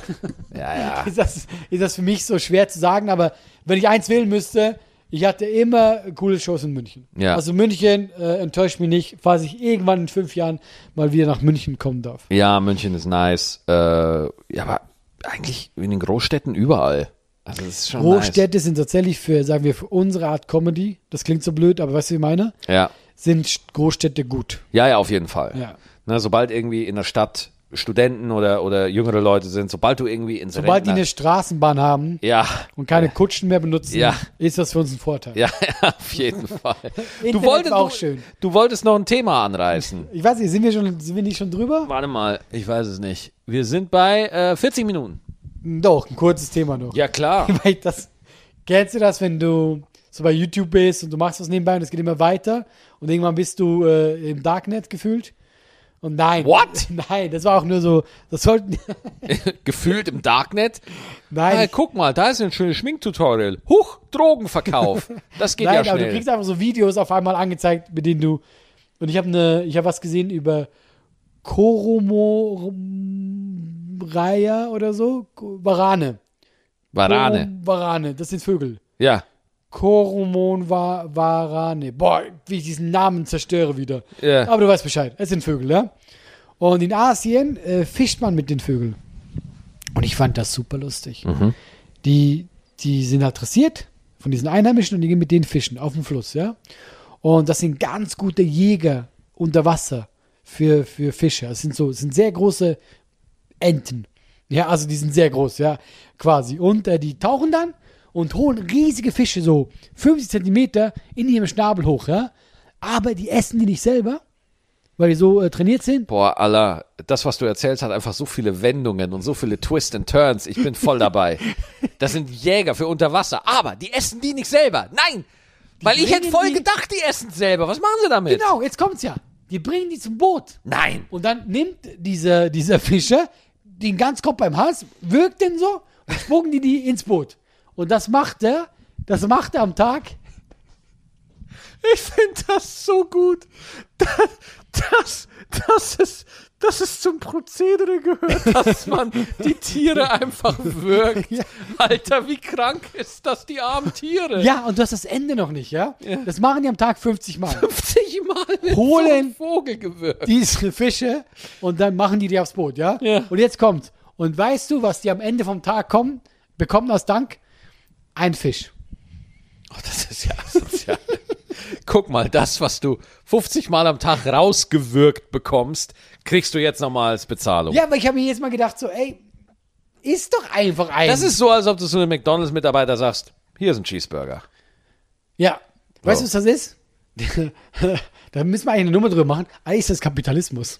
[SPEAKER 1] ja, ja.
[SPEAKER 2] ist, das, ist das für mich so schwer zu sagen. Aber wenn ich eins wählen müsste, ich hatte immer coole Shows in München.
[SPEAKER 1] Ja.
[SPEAKER 2] Also München äh, enttäuscht mich nicht, falls ich irgendwann in fünf Jahren mal wieder nach München kommen darf.
[SPEAKER 1] Ja, München ist nice. Äh, ja, aber eigentlich in den Großstädten überall. Also, das ist schon
[SPEAKER 2] Großstädte sind tatsächlich für, sagen wir, für unsere Art Comedy, das klingt so blöd, aber weißt du, wie ich meine?
[SPEAKER 1] nice. Ja.
[SPEAKER 2] Sind St- Großstädte gut.
[SPEAKER 1] ja, ja, auf jeden Fall.
[SPEAKER 2] Ja.
[SPEAKER 1] Ne, sobald irgendwie in der Stadt Studenten oder, oder jüngere Leute sind, sobald du irgendwie ins
[SPEAKER 2] Sobald die
[SPEAKER 1] Rentner-
[SPEAKER 2] eine Straßenbahn haben
[SPEAKER 1] ja,
[SPEAKER 2] und keine Kutschen mehr benutzen,
[SPEAKER 1] Ja.
[SPEAKER 2] ist das für uns ein Vorteil.
[SPEAKER 1] ja, ja, auf jeden Fall.
[SPEAKER 2] Internet war auch schön.
[SPEAKER 1] Du, du wolltest noch ein Thema anreißen.
[SPEAKER 2] Ich weiß nicht, sind wir, schon, sind wir nicht schon drüber?
[SPEAKER 1] Warte mal, ich weiß es nicht. Wir sind bei äh, 40 Minuten.
[SPEAKER 2] Doch, ein kurzes Thema noch.
[SPEAKER 1] Ja, klar.
[SPEAKER 2] Weil ich das, kennst du das, wenn du so bei YouTube bist und du machst was nebenbei und es geht immer weiter und irgendwann bist du äh, im Darknet gefühlt? Und nein.
[SPEAKER 1] What?
[SPEAKER 2] Nein, das war auch nur so, das sollten,
[SPEAKER 1] Gefühlt im Darknet.
[SPEAKER 2] nein,
[SPEAKER 1] Hey, guck mal, da ist ein schönes Schminktutorial. Huch, Drogenverkauf. Das geht
[SPEAKER 2] Nein,
[SPEAKER 1] ja
[SPEAKER 2] aber du
[SPEAKER 1] schnell.
[SPEAKER 2] kriegst einfach so Videos auf einmal angezeigt, mit denen du. Und ich habe ne, ich habe was gesehen über Koromoraya oder so. Warane.
[SPEAKER 1] Banane.
[SPEAKER 2] Warane, das sind Vögel.
[SPEAKER 1] Ja.
[SPEAKER 2] Koromon wa- Warane. Boah, wie ich diesen Namen zerstöre wieder.
[SPEAKER 1] Ja.
[SPEAKER 2] Aber du weißt Bescheid, es sind Vögel, ja? Und in Asien äh, fischt man mit den Vögeln. Und ich fand das super lustig. Die, die sind halt dressiert von diesen Einheimischen und die gehen mit denen fischen auf dem Fluss, ja. Und das sind ganz gute Jäger unter Wasser für, für Fische. Das sind so, das sind sehr große Enten. Ja, also die sind sehr groß, ja, quasi. Und äh, die tauchen dann und holen riesige Fische, so 50 Zentimeter in ihrem Schnabel hoch, ja. Aber die essen die nicht selber, weil die so äh, trainiert sind.
[SPEAKER 1] Boah, Allah, das, was du erzählst, hat einfach so viele Wendungen und so viele Twists and Turns. Ich bin voll dabei. Das sind Jäger für Unterwasser. Aber die essen die nicht selber. Nein! Weil ich hätte
[SPEAKER 2] bringen
[SPEAKER 1] voll
[SPEAKER 2] die-
[SPEAKER 1] gedacht, die essen selber. Was machen sie damit?
[SPEAKER 2] Genau, jetzt kommt's ja. Die bringen die zum Boot.
[SPEAKER 1] Nein!
[SPEAKER 2] Und dann nimmt dieser, dieser Fischer den ganz Kopf beim Hals, wirkt den so und spucken die die ins Boot. Und das macht er, das macht er am Tag.
[SPEAKER 1] Ich finde das so gut. Das, das, das ist. Dass es zum Prozedere gehört, dass man die Tiere einfach wirkt. Alter, wie krank ist das, die armen Tiere?
[SPEAKER 2] Ja, und du hast das Ende noch nicht, ja? Das machen die am Tag 50 Mal.
[SPEAKER 1] 50 Mal mit
[SPEAKER 2] Holen.
[SPEAKER 1] so einem Vogel gewürgt.
[SPEAKER 2] diese Fische und dann machen die die aufs Boot, ja?
[SPEAKER 1] Ja.
[SPEAKER 2] Und jetzt kommt. Und weißt du, was die am Ende vom Tag kommen, bekommen als Dank? Ein Fisch.
[SPEAKER 1] Oh, das ist ja asozial. Guck mal, das, was du 50 Mal am Tag rausgewürgt bekommst, kriegst du jetzt nochmal als Bezahlung.
[SPEAKER 2] Ja, aber ich habe mir jetzt mal gedacht, so, ey, ist doch einfach ein.
[SPEAKER 1] Das ist so, als ob du zu einem McDonalds-Mitarbeiter sagst, hier ist ein Cheeseburger.
[SPEAKER 2] Ja. Weißt du,
[SPEAKER 1] So.
[SPEAKER 2] was das ist? da müssen wir eigentlich eine Nummer drüber machen. Eigentlich ist das Kapitalismus.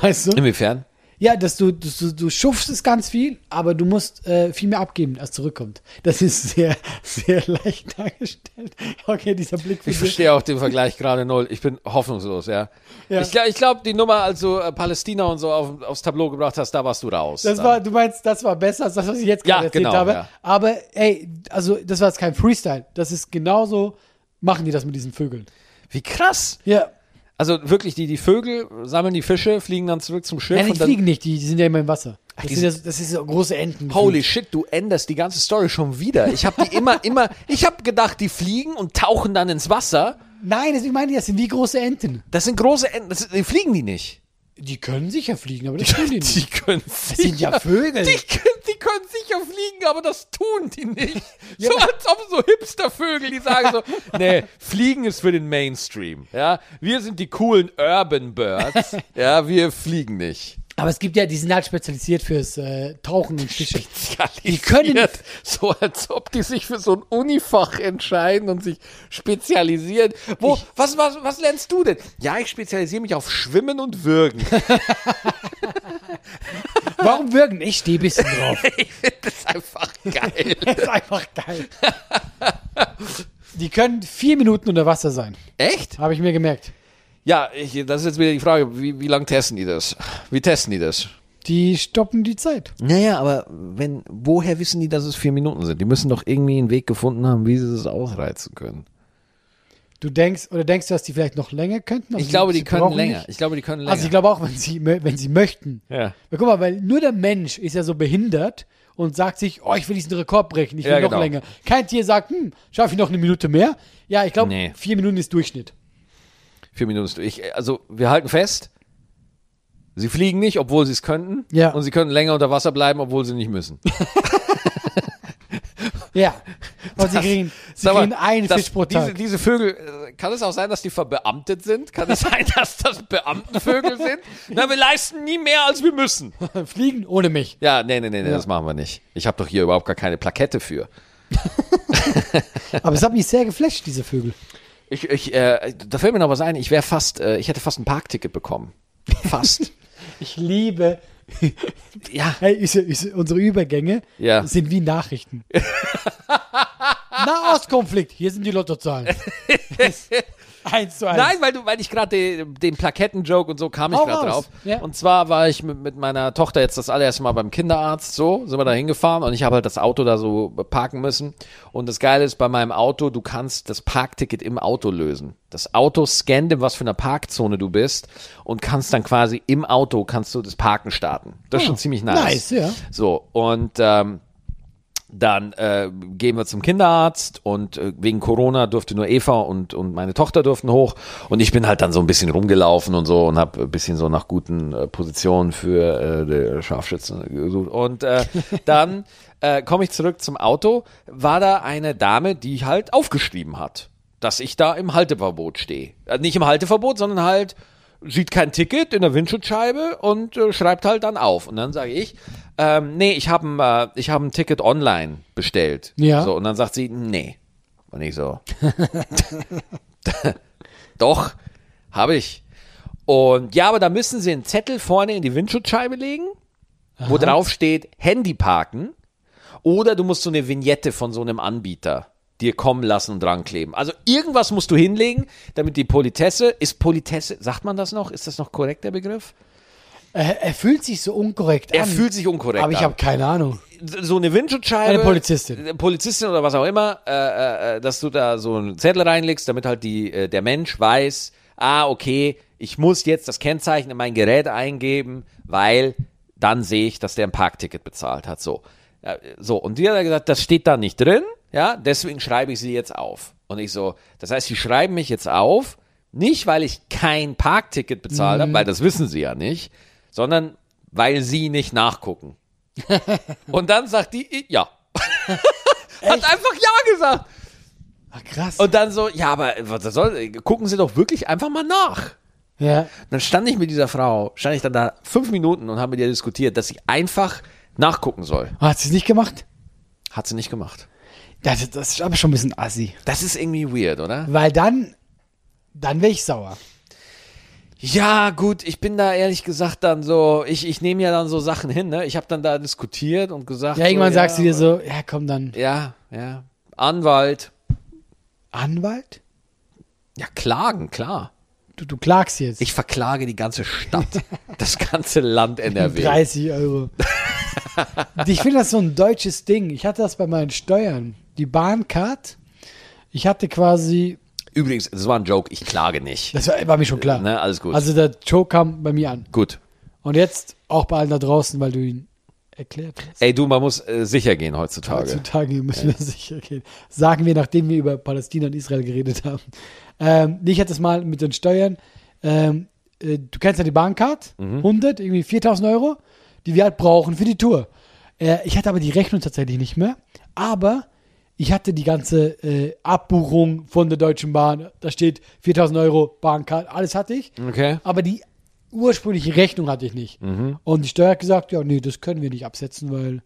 [SPEAKER 2] Weißt du?
[SPEAKER 1] Inwiefern?
[SPEAKER 2] Ja, dass du, dass du, du schufst es ganz viel, aber du musst äh, viel mehr abgeben, als zurückkommt. Das ist sehr, sehr leicht dargestellt. Okay, dieser Blick.
[SPEAKER 1] Ich verstehe auch den Vergleich gerade null. Ich bin hoffnungslos, ja.
[SPEAKER 2] Ja.
[SPEAKER 1] Ich, gla- ich glaube, die Nummer, als du äh, Palästina und so auf, aufs Tableau gebracht hast, da warst du raus.
[SPEAKER 2] Das
[SPEAKER 1] Dann-
[SPEAKER 2] war, du meinst, das war besser als das, was ich jetzt
[SPEAKER 1] Ja,
[SPEAKER 2] gerade erzählt
[SPEAKER 1] genau,
[SPEAKER 2] habe.
[SPEAKER 1] ja.
[SPEAKER 2] Aber ey, also das war jetzt kein Freestyle. Das ist genauso, machen die das mit diesen Vögeln.
[SPEAKER 1] Wie krass!
[SPEAKER 2] Ja.
[SPEAKER 1] Also wirklich, die, die Vögel sammeln die Fische, fliegen dann zurück zum Schiff
[SPEAKER 2] Nein, die
[SPEAKER 1] und dann
[SPEAKER 2] fliegen nicht, die, die sind ja immer im Wasser. Das,
[SPEAKER 1] die
[SPEAKER 2] sind, ja, so- das ist so große Enten.
[SPEAKER 1] Holy shit, du änderst die ganze Story schon wieder. Ich habe die immer, immer, ich habe gedacht, die fliegen und tauchen dann ins Wasser.
[SPEAKER 2] Nein, deswegen meine ich, das sind wie große Enten.
[SPEAKER 1] Das sind große Enten, das, die fliegen die nicht.
[SPEAKER 2] Die können sicher fliegen, aber das tun die nicht.
[SPEAKER 1] können
[SPEAKER 2] Das sind ja Vögel.
[SPEAKER 1] Die, können- die können sicher fliegen, aber das tun die nicht.
[SPEAKER 2] Ja.
[SPEAKER 1] So als ob so Hipstervögel, die sagen so, nee, Fliegen ist für den Mainstream. Ja, wir sind die coolen Urban Birds. Ja, wir fliegen nicht.
[SPEAKER 2] Aber es gibt ja, die sind halt spezialisiert fürs äh, Tauchen und Fischen.
[SPEAKER 1] Die
[SPEAKER 2] können-
[SPEAKER 1] so, als ob die sich für so ein Unifach entscheiden und sich spezialisieren. Wo, was, was, was lernst du denn? Ja, ich spezialisiere mich auf Schwimmen und Würgen.
[SPEAKER 2] Warum würgen? Ich stehe ein bisschen drauf.
[SPEAKER 1] ich finde das einfach geil.
[SPEAKER 2] Das ist einfach geil. Die können vier Minuten unter Wasser sein,
[SPEAKER 1] Echt?
[SPEAKER 2] habe ich mir gemerkt.
[SPEAKER 1] Ja, ich, das ist jetzt wieder die Frage, wie, wie lange testen die das? Wie testen die das?
[SPEAKER 2] Die stoppen die Zeit.
[SPEAKER 1] Naja, aber wenn, woher wissen die, dass es vier Minuten sind? Die müssen doch irgendwie einen Weg gefunden haben, wie sie das ausreizen können.
[SPEAKER 2] Du denkst, oder denkst du, dass die vielleicht noch länger könnten? aber
[SPEAKER 1] Ich glaube,
[SPEAKER 2] sie-
[SPEAKER 1] die
[SPEAKER 2] sie
[SPEAKER 1] können
[SPEAKER 2] brauchen
[SPEAKER 1] länger.
[SPEAKER 2] nicht?
[SPEAKER 1] Ich glaube, die können länger.
[SPEAKER 2] Also ich glaube auch, wenn sie, mö- wenn sie möchten.
[SPEAKER 1] Ja.
[SPEAKER 2] Weil, guck mal, weil nur der Mensch ist ja so behindert und sagt sich, oh, ich will diesen Rekord brechen, ich will
[SPEAKER 1] Ja,
[SPEAKER 2] noch
[SPEAKER 1] genau.
[SPEAKER 2] länger. Kein Tier sagt, hm, schaffe ich noch eine Minute mehr? Ja, ich glaube,
[SPEAKER 1] Nee.
[SPEAKER 2] vier Minuten ist Durchschnitt.
[SPEAKER 1] Vier Minuten ist durch. Ich, also, wir halten fest, sie fliegen nicht, obwohl sie es könnten.
[SPEAKER 2] Ja.
[SPEAKER 1] Und sie können länger unter Wasser bleiben, obwohl sie nicht müssen.
[SPEAKER 2] Ja. Und sie kriegen, sie
[SPEAKER 1] Sag mal,
[SPEAKER 2] kriegen einen
[SPEAKER 1] das-
[SPEAKER 2] Fisch pro
[SPEAKER 1] diese,
[SPEAKER 2] Tag.
[SPEAKER 1] Diese Vögel, äh, kann es auch sein, dass die verbeamtet sind? Kann es sein, dass das Beamtenvögel sind? Na, wir leisten nie mehr, als wir müssen.
[SPEAKER 2] Fliegen ohne mich.
[SPEAKER 1] Ja, nee, nee, nee, nee
[SPEAKER 2] Ja.
[SPEAKER 1] das machen wir nicht. Ich habe doch hier überhaupt gar keine Plakette für.
[SPEAKER 2] Aber es hat mich sehr geflasht, diese Vögel.
[SPEAKER 1] Ich, ich, äh, da fällt mir noch was ein. Ich wäre fast, äh, ich hätte fast ein Parkticket bekommen. Fast.
[SPEAKER 2] Ich liebe
[SPEAKER 1] Ja,
[SPEAKER 2] Hey, ist, ist, unsere Übergänge
[SPEAKER 1] Ja.
[SPEAKER 2] sind wie Nachrichten. Nahostkonflikt, hier sind die Lottozahlen. eins zu eins.
[SPEAKER 1] Nein, weil, du, weil ich gerade den, den Plaketten-Joke und so kam ich
[SPEAKER 2] Hau
[SPEAKER 1] gerade
[SPEAKER 2] raus.
[SPEAKER 1] drauf.
[SPEAKER 2] Ja.
[SPEAKER 1] Und zwar war ich mit, mit meiner Tochter jetzt das allererste Mal beim Kinderarzt, so sind wir da hingefahren und ich habe halt das Auto da so parken müssen. Und das Geile ist bei meinem Auto, du kannst das Parkticket im Auto lösen. Das Auto scannt, in was für einer Parkzone du bist und kannst dann quasi im Auto kannst du das Parken starten. Das ist schon ziemlich nice.
[SPEAKER 2] Ah, nice, ja.
[SPEAKER 1] So, und ähm, dann äh, gehen wir zum Kinderarzt und äh, wegen Corona durfte nur Eva und, und meine Tochter durften hoch und ich bin halt dann so ein bisschen rumgelaufen und so und habe ein bisschen so nach guten äh, Positionen für äh, die Scharfschützen gesucht und äh, dann äh, komme ich zurück zum Auto, war da eine Dame, die halt aufgeschrieben hat, dass ich da im Halteverbot stehe. Äh, nicht im Halteverbot, sondern halt sieht kein Ticket in der Windschutzscheibe und äh, schreibt halt dann auf. Und dann sage ich, ähm, nee, ich habe ein, äh, ich hab ein Ticket online bestellt.
[SPEAKER 2] Ja.
[SPEAKER 1] So, und dann sagt sie, nee. Und ich so, doch, habe ich. Und ja, aber da müssen sie einen Zettel vorne in die Windschutzscheibe legen, wo drauf steht Handy parken. Oder du musst so eine Vignette von so einem Anbieter dir kommen lassen und drankleben. Also irgendwas musst du hinlegen, damit die Politesse, ist Politesse, sagt man das noch? Ist das noch korrekt, der Begriff?
[SPEAKER 2] Er, er fühlt sich so unkorrekt
[SPEAKER 1] Er
[SPEAKER 2] an.
[SPEAKER 1] fühlt sich unkorrekt
[SPEAKER 2] Ähm, Aber ich
[SPEAKER 1] an.
[SPEAKER 2] habe keine Ahnung.
[SPEAKER 1] so eine Windschutzscheibe.
[SPEAKER 2] Eine Polizistin.
[SPEAKER 1] Äh, Polizistin oder was auch immer, äh, äh, äh, dass du da so einen Zettel reinlegst, damit halt die, äh, der Mensch weiß, ah, okay, ich muss jetzt das Kennzeichen in mein Gerät eingeben, weil dann sehe ich, dass der ein Parkticket bezahlt hat. So. Ja, so, und die hat dann gesagt, das steht da nicht drin, ja, deswegen schreibe ich sie jetzt auf. Und ich so, das heißt, sie schreiben mich jetzt auf, nicht weil ich kein Parkticket bezahlt
[SPEAKER 2] Mhm.
[SPEAKER 1] habe, weil das wissen sie ja nicht, sondern weil sie nicht nachgucken. Und dann sagt die, "I- ja. Hat einfach ja gesagt. Ah,
[SPEAKER 2] Ach, krass.
[SPEAKER 1] Und dann so, ja, aber was das soll, gucken Sie doch wirklich einfach mal nach.
[SPEAKER 2] ja.
[SPEAKER 1] Dann stand ich mit dieser Frau, stand ich dann da fünf Minuten und habe mit ihr diskutiert, dass sie einfach nachgucken soll.
[SPEAKER 2] Hat sie es nicht gemacht?
[SPEAKER 1] Hat sie nicht gemacht.
[SPEAKER 2] Das, das ist aber schon ein bisschen assi.
[SPEAKER 1] Das ist irgendwie weird, oder?
[SPEAKER 2] Weil dann, dann wäre ich sauer.
[SPEAKER 1] Ja, gut, ich bin da ehrlich gesagt dann so, ich, ich nehme ja dann so Sachen hin, ne? Ich habe dann da diskutiert und gesagt.
[SPEAKER 2] Ja, irgendwann
[SPEAKER 1] so,
[SPEAKER 2] sagst du dir so, ja komm dann,
[SPEAKER 1] Ja, ja. Anwalt.
[SPEAKER 2] Anwalt?
[SPEAKER 1] Ja, klagen, klar.
[SPEAKER 2] Du, du klagst jetzt.
[SPEAKER 1] Ich verklage die ganze Stadt, das ganze Land NRW.
[SPEAKER 2] 30 Euro. ich finde das so ein deutsches Ding. Ich hatte das bei meinen Steuern. Die Bahncard, ich hatte quasi,
[SPEAKER 1] Übrigens, das war ein Joke, ich klage nicht.
[SPEAKER 2] das war, war mir schon klar.
[SPEAKER 1] Ne, alles gut.
[SPEAKER 2] Also der Joe kam bei mir an.
[SPEAKER 1] Gut.
[SPEAKER 2] Und jetzt auch bei allen da draußen, weil du ihn erklärt hast.
[SPEAKER 1] Ey, du, man muss äh, sicher gehen heutzutage.
[SPEAKER 2] Heutzutage müssen wir sicher gehen. Sagen wir, nachdem wir über Palästina und Israel geredet haben. Ähm, nee, ich hatte es mal mit den Steuern. Ähm, äh, du kennst ja die Bahncard,
[SPEAKER 1] Mhm.
[SPEAKER 2] 100, irgendwie 4000 Euro, die wir halt brauchen für die Tour. Äh, ich hatte aber die Rechnung tatsächlich nicht mehr. Aber ich hatte die ganze äh, Abbuchung von der Deutschen Bahn. Da steht 4000 Euro Bahncard, alles hatte ich.
[SPEAKER 1] Okay.
[SPEAKER 2] Aber die ursprüngliche Rechnung hatte ich nicht. Und die Steuer hat gesagt, ja, nee, das können wir nicht absetzen, weil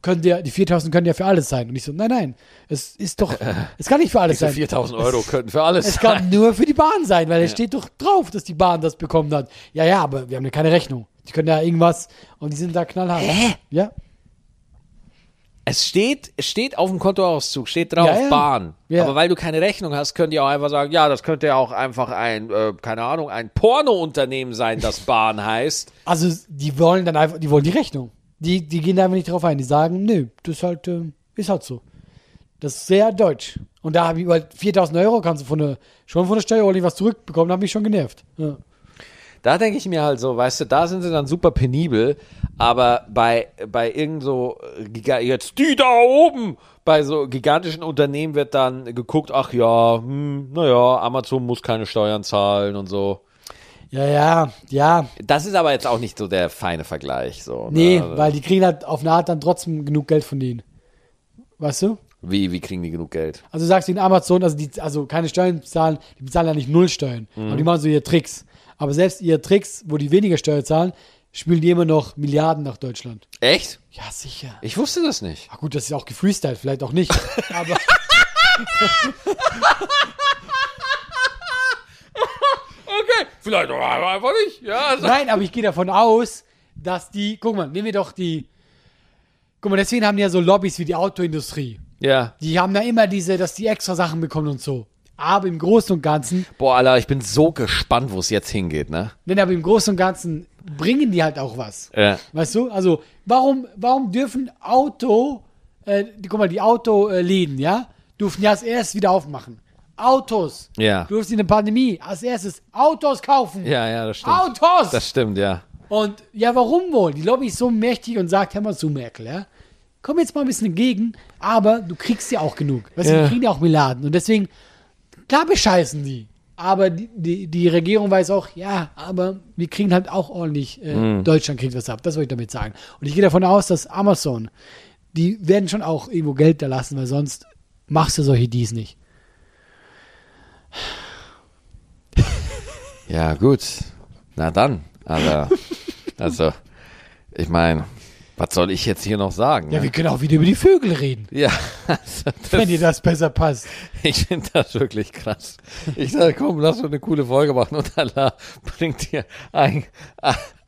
[SPEAKER 2] könnt ihr, die 4000 können ja für alles sein. Und ich so, nein, nein, es ist doch, es kann nicht für alles
[SPEAKER 1] Diese
[SPEAKER 2] sein.
[SPEAKER 1] 4000 Euro könnten für alles
[SPEAKER 2] Es
[SPEAKER 1] sein.
[SPEAKER 2] kann nur für die Bahn sein, weil es steht doch drauf, dass die Bahn das bekommen hat. Ja, ja, aber wir haben ja keine Rechnung. Die können ja irgendwas und die sind da knallhart.
[SPEAKER 1] Hä?
[SPEAKER 2] Ja,
[SPEAKER 1] Es steht, es steht auf dem Kontoauszug, steht drauf,
[SPEAKER 2] Ja, ja.
[SPEAKER 1] Bahn.
[SPEAKER 2] Ja.
[SPEAKER 1] Aber weil du keine Rechnung hast, könnt ihr auch einfach sagen, ja, das könnte ja auch einfach ein, äh, keine Ahnung, ein Pornounternehmen sein, das Bahn heißt.
[SPEAKER 2] also die wollen dann einfach, die wollen die Rechnung. Die, die gehen da einfach nicht drauf ein. Die sagen, nö, das ist halt, äh, ist halt so. Das ist sehr deutsch. Und da habe ich über 4000 Euro, kannst du von der, schon von der Steuer ordentlich was zurückbekommen, habe mich schon genervt. Ja.
[SPEAKER 1] Da denke ich mir halt so, weißt du, da sind sie dann super penibel, aber bei, bei irgend so, äh, giga- jetzt die da oben, bei so gigantischen Unternehmen wird dann geguckt, ach ja, hm, naja, Amazon muss keine Steuern zahlen und so.
[SPEAKER 2] Ja, ja, ja.
[SPEAKER 1] Das ist aber jetzt auch nicht so der feine Vergleich, so.
[SPEAKER 2] Nee,
[SPEAKER 1] ne? Also,
[SPEAKER 2] weil die kriegen halt auf eine Art dann trotzdem genug Geld von denen. Weißt du?
[SPEAKER 1] Wie, wie kriegen die genug Geld?
[SPEAKER 2] Also du sagst du in Amazon, also die also keine Steuern zahlen, die bezahlen ja nicht null Steuern, aber die machen so ihre Tricks. Aber selbst ihre Tricks, wo die weniger Steuern zahlen, spülen die immer noch Milliarden nach Deutschland.
[SPEAKER 1] Echt?
[SPEAKER 2] Ja, sicher.
[SPEAKER 1] Ich wusste das nicht.
[SPEAKER 2] Ach Ah, gut, das ist auch gefreestylt, vielleicht auch nicht. aber
[SPEAKER 1] Okay, vielleicht aber einfach nicht, ja. also.
[SPEAKER 2] nein, aber ich gehe davon aus, dass die, guck mal, nehmen wir doch die, guck mal, deswegen haben die ja so Lobbys wie die Autoindustrie.
[SPEAKER 1] Ja.
[SPEAKER 2] Die haben da immer diese, dass die extra Sachen bekommen und so. Aber im Großen und Ganzen,
[SPEAKER 1] Boah, Alter, ich bin so gespannt, wo es jetzt hingeht, ne?
[SPEAKER 2] denn aber im Großen und Ganzen bringen die halt auch was.
[SPEAKER 1] Ja.
[SPEAKER 2] Weißt du? Also, warum, warum dürfen Auto, äh, die, guck mal, die Autoläden, ja, dürfen ja als erstes wieder aufmachen. Autos.
[SPEAKER 1] Ja.
[SPEAKER 2] Du durfst in der Pandemie als erstes Autos kaufen.
[SPEAKER 1] Ja, ja, das stimmt.
[SPEAKER 2] Autos!
[SPEAKER 1] Das stimmt, ja.
[SPEAKER 2] Und ja, warum wohl? Die Lobby ist so mächtig und sagt, hör mal zu, Merkel, ja? Komm jetzt mal ein bisschen entgegen, aber du kriegst ja auch genug. Weißt du,
[SPEAKER 1] Ja.
[SPEAKER 2] die kriegen ja auch Milliarden. Und deswegen, klar bescheißen die. Aber die, die, die Regierung weiß auch, ja, aber wir kriegen halt auch ordentlich, äh,
[SPEAKER 1] Mhm.
[SPEAKER 2] Deutschland kriegt was ab. Das wollte ich damit sagen. Und ich gehe davon aus, dass Amazon, die werden schon auch irgendwo Geld da lassen, weil sonst machst du solche Deals nicht.
[SPEAKER 1] Ja, gut. Na dann, Alter. Also, ich meine, was soll ich jetzt hier noch sagen?
[SPEAKER 2] Ja,
[SPEAKER 1] ne?
[SPEAKER 2] wir können auch wieder über die Vögel reden,
[SPEAKER 1] ja also, das,
[SPEAKER 2] wenn dir das besser passt.
[SPEAKER 1] ich finde das wirklich krass. Ich sage, komm, lass uns eine coole Folge machen und Allah bringt hier ein,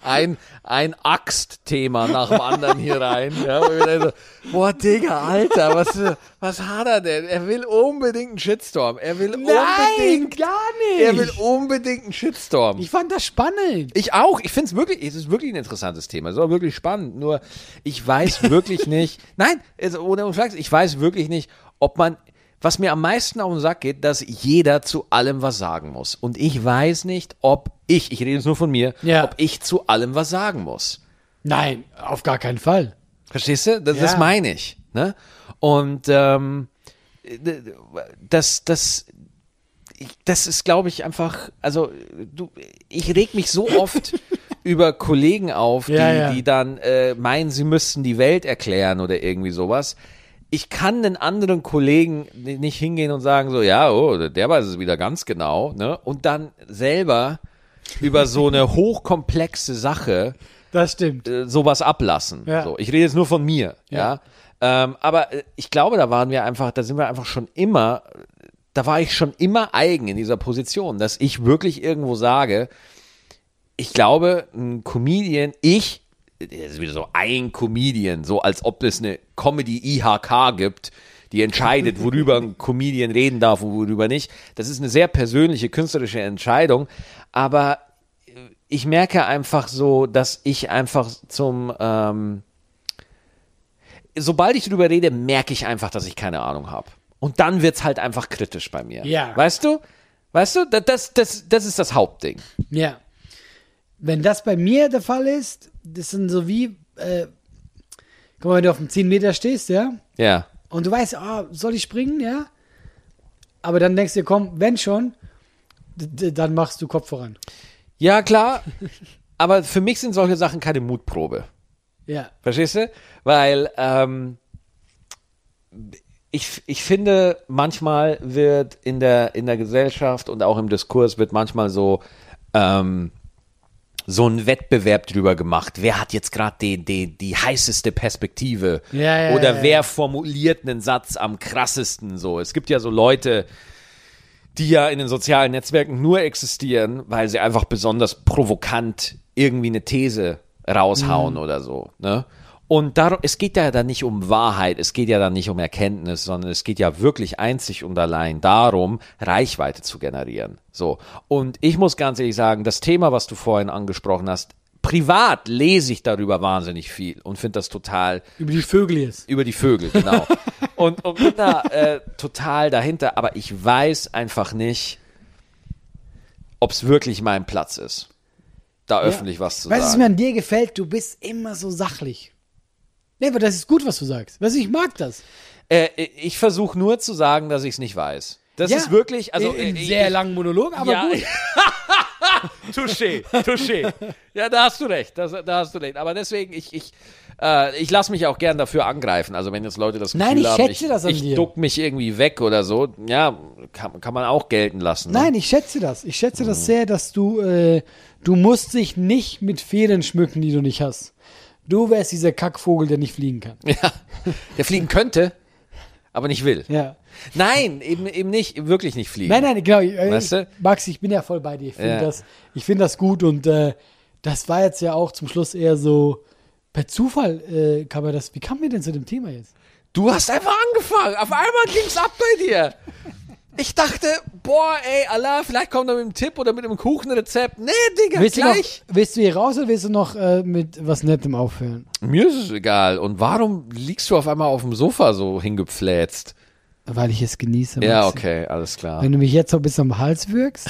[SPEAKER 1] ein, ein Axt-Thema nach dem anderen hier rein. Ja, wo ich mir denke so, boah, Digga, Alter, was, was hat er denn? Er will unbedingt einen Shitstorm. Er will
[SPEAKER 2] Nein,
[SPEAKER 1] unbedingt,
[SPEAKER 2] gar nicht.
[SPEAKER 1] er will unbedingt einen Shitstorm.
[SPEAKER 2] Ich fand das spannend.
[SPEAKER 1] Ich auch. Ich finde es wirklich, es ist wirklich ein interessantes Thema. Es ist auch wirklich spannend. Nur ich weiß wirklich nicht, nein, also ohne Umschlags, ich weiß wirklich nicht, ob man, was mir am meisten auf den Sack geht, dass jeder zu allem was sagen muss. Und ich weiß nicht, ob ich, ich rede jetzt nur von mir,
[SPEAKER 2] Ja.
[SPEAKER 1] ob ich zu allem was sagen muss.
[SPEAKER 2] Nein, auf gar keinen Fall.
[SPEAKER 1] Verstehst du? Das,
[SPEAKER 2] Ja.
[SPEAKER 1] das meine ich. Ne? Und ähm, d- d- das, das, ich- das ist, glaube ich, einfach, also du, ich reg mich so oft über Kollegen auf, die,
[SPEAKER 2] Ja, ja.
[SPEAKER 1] die dann äh, meinen, sie müssten die Welt erklären oder irgendwie sowas. Ich kann den anderen Kollegen ni- nicht hingehen und sagen, so, ja, oh, der weiß es wieder ganz genau, ne? Und dann selber über so eine hochkomplexe Sache
[SPEAKER 2] Das stimmt.
[SPEAKER 1] äh, sowas ablassen.
[SPEAKER 2] Ja.
[SPEAKER 1] So, ich rede jetzt nur von mir. Ja. Ähm, aber äh, ich glaube, da waren wir einfach, da sind wir einfach schon immer, da war ich schon immer eigen in dieser Position, dass ich wirklich irgendwo sage, ich glaube, ein Comedian, ich, das ist wieder so ein Comedian, so als ob es eine Comedy-IHK gibt, die entscheidet, worüber ein Comedian reden darf und worüber nicht. Das ist eine sehr persönliche künstlerische Entscheidung, aber ich merke einfach so, dass ich einfach zum, ähm, sobald ich drüber rede, merke ich einfach, dass ich keine Ahnung habe. Und dann wird's halt einfach kritisch bei mir.
[SPEAKER 2] Ja.
[SPEAKER 1] Weißt du? Weißt du, Da- das, das, das ist das Hauptding.
[SPEAKER 2] Ja. Wenn das bei mir der Fall ist, das sind so wie, äh, guck mal, wenn du auf dem 10 Meter stehst, ja,
[SPEAKER 1] Ja.
[SPEAKER 2] und du weißt, ah, soll ich springen, ja, aber dann denkst du, dir, komm, wenn schon, d- d- dann machst du Kopf voran.
[SPEAKER 1] Ja, klar. Aber für mich sind solche Sachen keine Mutprobe.
[SPEAKER 2] Ja.
[SPEAKER 1] Verstehst du? Weil ähm, ich, ich finde, manchmal wird in der, in der Gesellschaft und auch im Diskurs wird manchmal so, ähm, so ein Wettbewerb drüber gemacht. Wer hat jetzt gerade die, die, die heißeste Perspektive?
[SPEAKER 2] Ja, ja,
[SPEAKER 1] Oder
[SPEAKER 2] ja,
[SPEAKER 1] wer
[SPEAKER 2] ja.
[SPEAKER 1] formuliert einen Satz am krassesten so? Es gibt ja so Leute, die ja in den sozialen Netzwerken nur existieren, weil sie einfach besonders provokant irgendwie eine These raushauen oder so. Ne? Und darum, es geht ja dann nicht um Wahrheit, es geht ja dann nicht um Erkenntnis, sondern es geht ja wirklich einzig und allein darum, Reichweite zu generieren. So. Und ich muss ganz ehrlich sagen, das Thema, was du vorhin angesprochen hast, privat lese ich darüber wahnsinnig viel und finde das total
[SPEAKER 2] Über die Vögel jetzt.
[SPEAKER 1] über die Vögel, genau. und, und bin da äh, total dahinter, aber ich weiß einfach nicht, ob es wirklich mein Platz ist, da öffentlich was zu
[SPEAKER 2] Weißt du, was
[SPEAKER 1] sagen.
[SPEAKER 2] mir an dir gefällt? Du bist immer so sachlich. Nee, aber das ist gut, was du sagst. Weißt du, ich mag das.
[SPEAKER 1] äh, ich versuche nur zu sagen, dass ich es nicht weiß. Das
[SPEAKER 2] Ja.
[SPEAKER 1] ist wirklich, also
[SPEAKER 2] In, in
[SPEAKER 1] äh,
[SPEAKER 2] sehr
[SPEAKER 1] ich,
[SPEAKER 2] langen Monolog, aber
[SPEAKER 1] ja.
[SPEAKER 2] gut.
[SPEAKER 1] Touché, touché. Ja, da hast du recht, das, da hast du recht. Aber deswegen, ich, ich, äh, ich lasse mich auch gern dafür angreifen. Also wenn jetzt Leute das Gefühl
[SPEAKER 2] Nein, ich
[SPEAKER 1] haben,
[SPEAKER 2] schätze
[SPEAKER 1] ich,
[SPEAKER 2] das an
[SPEAKER 1] ich
[SPEAKER 2] dir.
[SPEAKER 1] duck mich irgendwie weg oder so, ja, kann, kann man auch gelten lassen. Ne?
[SPEAKER 2] Nein, ich schätze das. Ich schätze das sehr, dass du, äh, du musst dich nicht mit Federn schmücken, die du nicht hast. Du wärst dieser Kackvogel, der nicht fliegen kann.
[SPEAKER 1] Ja, der fliegen könnte, aber nicht will.
[SPEAKER 2] Ja.
[SPEAKER 1] Nein, eben, eben nicht, wirklich nicht fliegen.
[SPEAKER 2] Nein, nein, genau. Ich, äh,
[SPEAKER 1] Weißt du?
[SPEAKER 2] ich, Max, ich bin ja voll bei dir. Ich finde
[SPEAKER 1] Ja.
[SPEAKER 2] das, ich finde das gut und äh, das war jetzt ja auch zum Schluss eher so per Zufall äh, kam ja das. Wie kamen wir denn zu dem Thema jetzt?
[SPEAKER 1] Du hast einfach angefangen. Auf einmal ging's ab bei dir. Ich dachte, boah, ey, Allah, vielleicht kommt er mit einem Tipp oder mit einem Kuchenrezept. Nee, Digga,
[SPEAKER 2] willst,
[SPEAKER 1] gleich.
[SPEAKER 2] Du noch, willst du hier raus oder willst du noch äh, mit was Nettem aufhören?
[SPEAKER 1] Mir ist es egal. Und warum liegst du auf einmal auf dem Sofa so hingepfläzt?
[SPEAKER 2] Weil ich es genieße.
[SPEAKER 1] Ja,
[SPEAKER 2] Maxi.
[SPEAKER 1] okay, alles klar.
[SPEAKER 2] Wenn du mich jetzt so bis am Hals wirkst,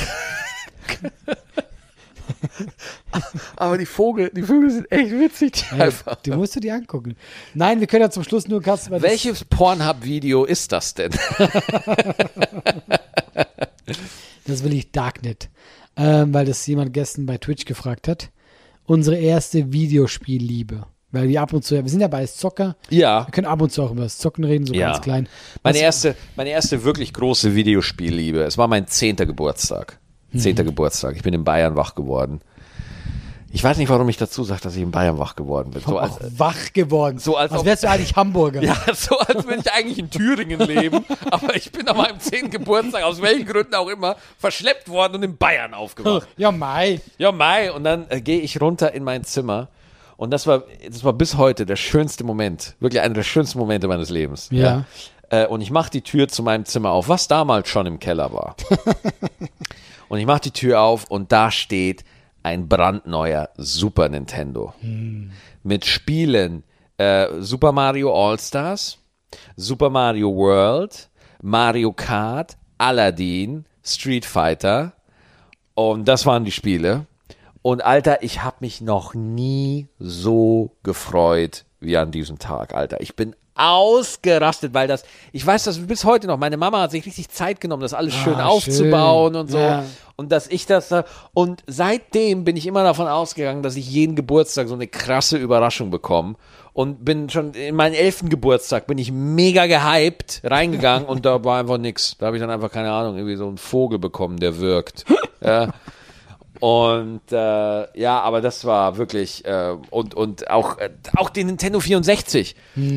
[SPEAKER 1] Aber die Vögel, die Vögel sind echt witzig. Die
[SPEAKER 2] ey, die musst du dir angucken. Nein, wir können ja zum Schluss nur Kasten. weil das-
[SPEAKER 1] Welches Pornhub-Video ist das denn?
[SPEAKER 2] Das will ich Darknet. Ähm, weil das jemand gestern bei Twitch gefragt hat. Unsere erste Videospielliebe. Weil wir ab und zu, wir sind ja bei Zocker.
[SPEAKER 1] Ja.
[SPEAKER 2] Wir können ab und zu auch über das Zocken reden, so
[SPEAKER 1] Ja.
[SPEAKER 2] ganz klein.
[SPEAKER 1] Meine erste, meine erste wirklich große Videospielliebe. Es war mein zehnter Geburtstag. Zehnter Geburtstag. Ich bin in Bayern wach geworden. Ich weiß nicht, warum ich dazu sage, dass ich in Bayern wach geworden bin. So
[SPEAKER 2] So
[SPEAKER 1] als,
[SPEAKER 2] auch wach geworden.
[SPEAKER 1] also- so als
[SPEAKER 2] als
[SPEAKER 1] ob-
[SPEAKER 2] wärst du eigentlich Hamburger.
[SPEAKER 1] ja, so als würde ich eigentlich in Thüringen leben, aber ich bin an meinem zehnten Geburtstag, aus welchen Gründen auch immer, verschleppt worden und in Bayern aufgewacht.
[SPEAKER 2] ja mei.
[SPEAKER 1] Ja, Mai. Und dann äh, gehe ich runter in mein Zimmer. Und das war, das war bis heute der schönste Moment. Wirklich einer der schönsten Momente meines Lebens.
[SPEAKER 2] Ja.
[SPEAKER 1] Äh, und ich mache die Tür zu meinem Zimmer auf, was damals schon im Keller war. und ich mache die Tür auf und da steht ein brandneuer Super Nintendo. Mit Spielen äh, Super Mario All-Stars, Super Mario World, Mario Kart, Aladdin, Street Fighter. Und das waren die Spiele. Und Alter, ich habe mich noch nie so gefreut wie an diesem Tag, Alter. Ich bin ausgerastet, weil das, ich weiß das bis heute noch, meine Mama hat sich richtig Zeit genommen, das alles schön
[SPEAKER 2] Ah, schön.
[SPEAKER 1] aufzubauen und so.
[SPEAKER 2] Ja.
[SPEAKER 1] Und dass ich das da, und seitdem bin ich immer davon ausgegangen, dass ich jeden Geburtstag so eine krasse Überraschung bekomme. Und bin schon in meinen elften Geburtstag bin ich mega gehypt reingegangen und da war einfach nix. Da habe ich dann einfach keine Ahnung, irgendwie so einen Vogel bekommen, der wirkt. Ja. Und äh, ja, aber das war wirklich äh, und und auch äh, auch den Nintendo 64,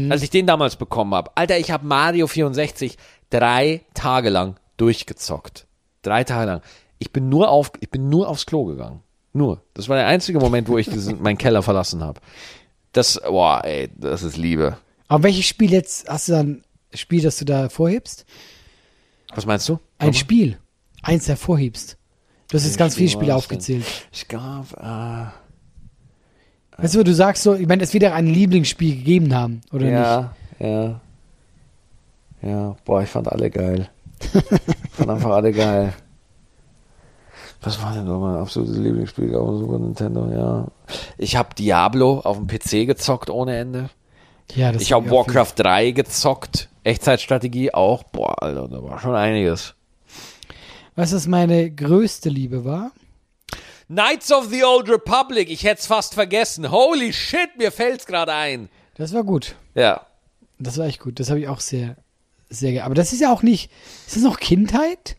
[SPEAKER 1] als ich den damals bekommen habe. Alter, ich habe Mario 64 drei Tage lang durchgezockt. Drei Tage lang. Ich bin nur auf ich bin nur aufs Klo gegangen. Nur. Das war der einzige Moment, wo ich diesen, meinen Keller verlassen habe. Das, boah, ey, das ist Liebe.
[SPEAKER 2] Aber welches Spiel jetzt hast du dann, Spiel, das du da vorhebst?
[SPEAKER 1] Was meinst du?
[SPEAKER 2] Ein Spiel. Eins hervorhebst. Du hast jetzt ganz
[SPEAKER 1] Spiel
[SPEAKER 2] viele Spiele
[SPEAKER 1] war das denn?
[SPEAKER 2] aufgezählt.
[SPEAKER 1] Ich gab, äh,
[SPEAKER 2] Weißt du, wo du sagst so, ich meine, es wird ja ein Lieblingsspiel gegeben haben, oder nicht?
[SPEAKER 1] ja, ja. Ja, boah, ich fand alle geil. Ich fand einfach alle geil. Was war denn noch mein absolutes Lieblingsspiel auf dem Super Nintendo? Ja. Ich habe Diablo auf dem PC gezockt ohne Ende.
[SPEAKER 2] Ja, das
[SPEAKER 1] Ich habe
[SPEAKER 2] ja viel.
[SPEAKER 1] Warcraft 3 gezockt. Echtzeitstrategie auch. Boah, Alter, da war schon einiges.
[SPEAKER 2] Weißt du, was meine größte Liebe war?
[SPEAKER 1] Knights of the Old Republic, ich hätte es fast vergessen. Holy shit, mir fällt's gerade ein.
[SPEAKER 2] Das war gut.
[SPEAKER 1] Ja.
[SPEAKER 2] Das war echt gut. Das habe ich auch sehr, sehr ge- Aber das ist ja auch nicht. Ist das noch Kindheit?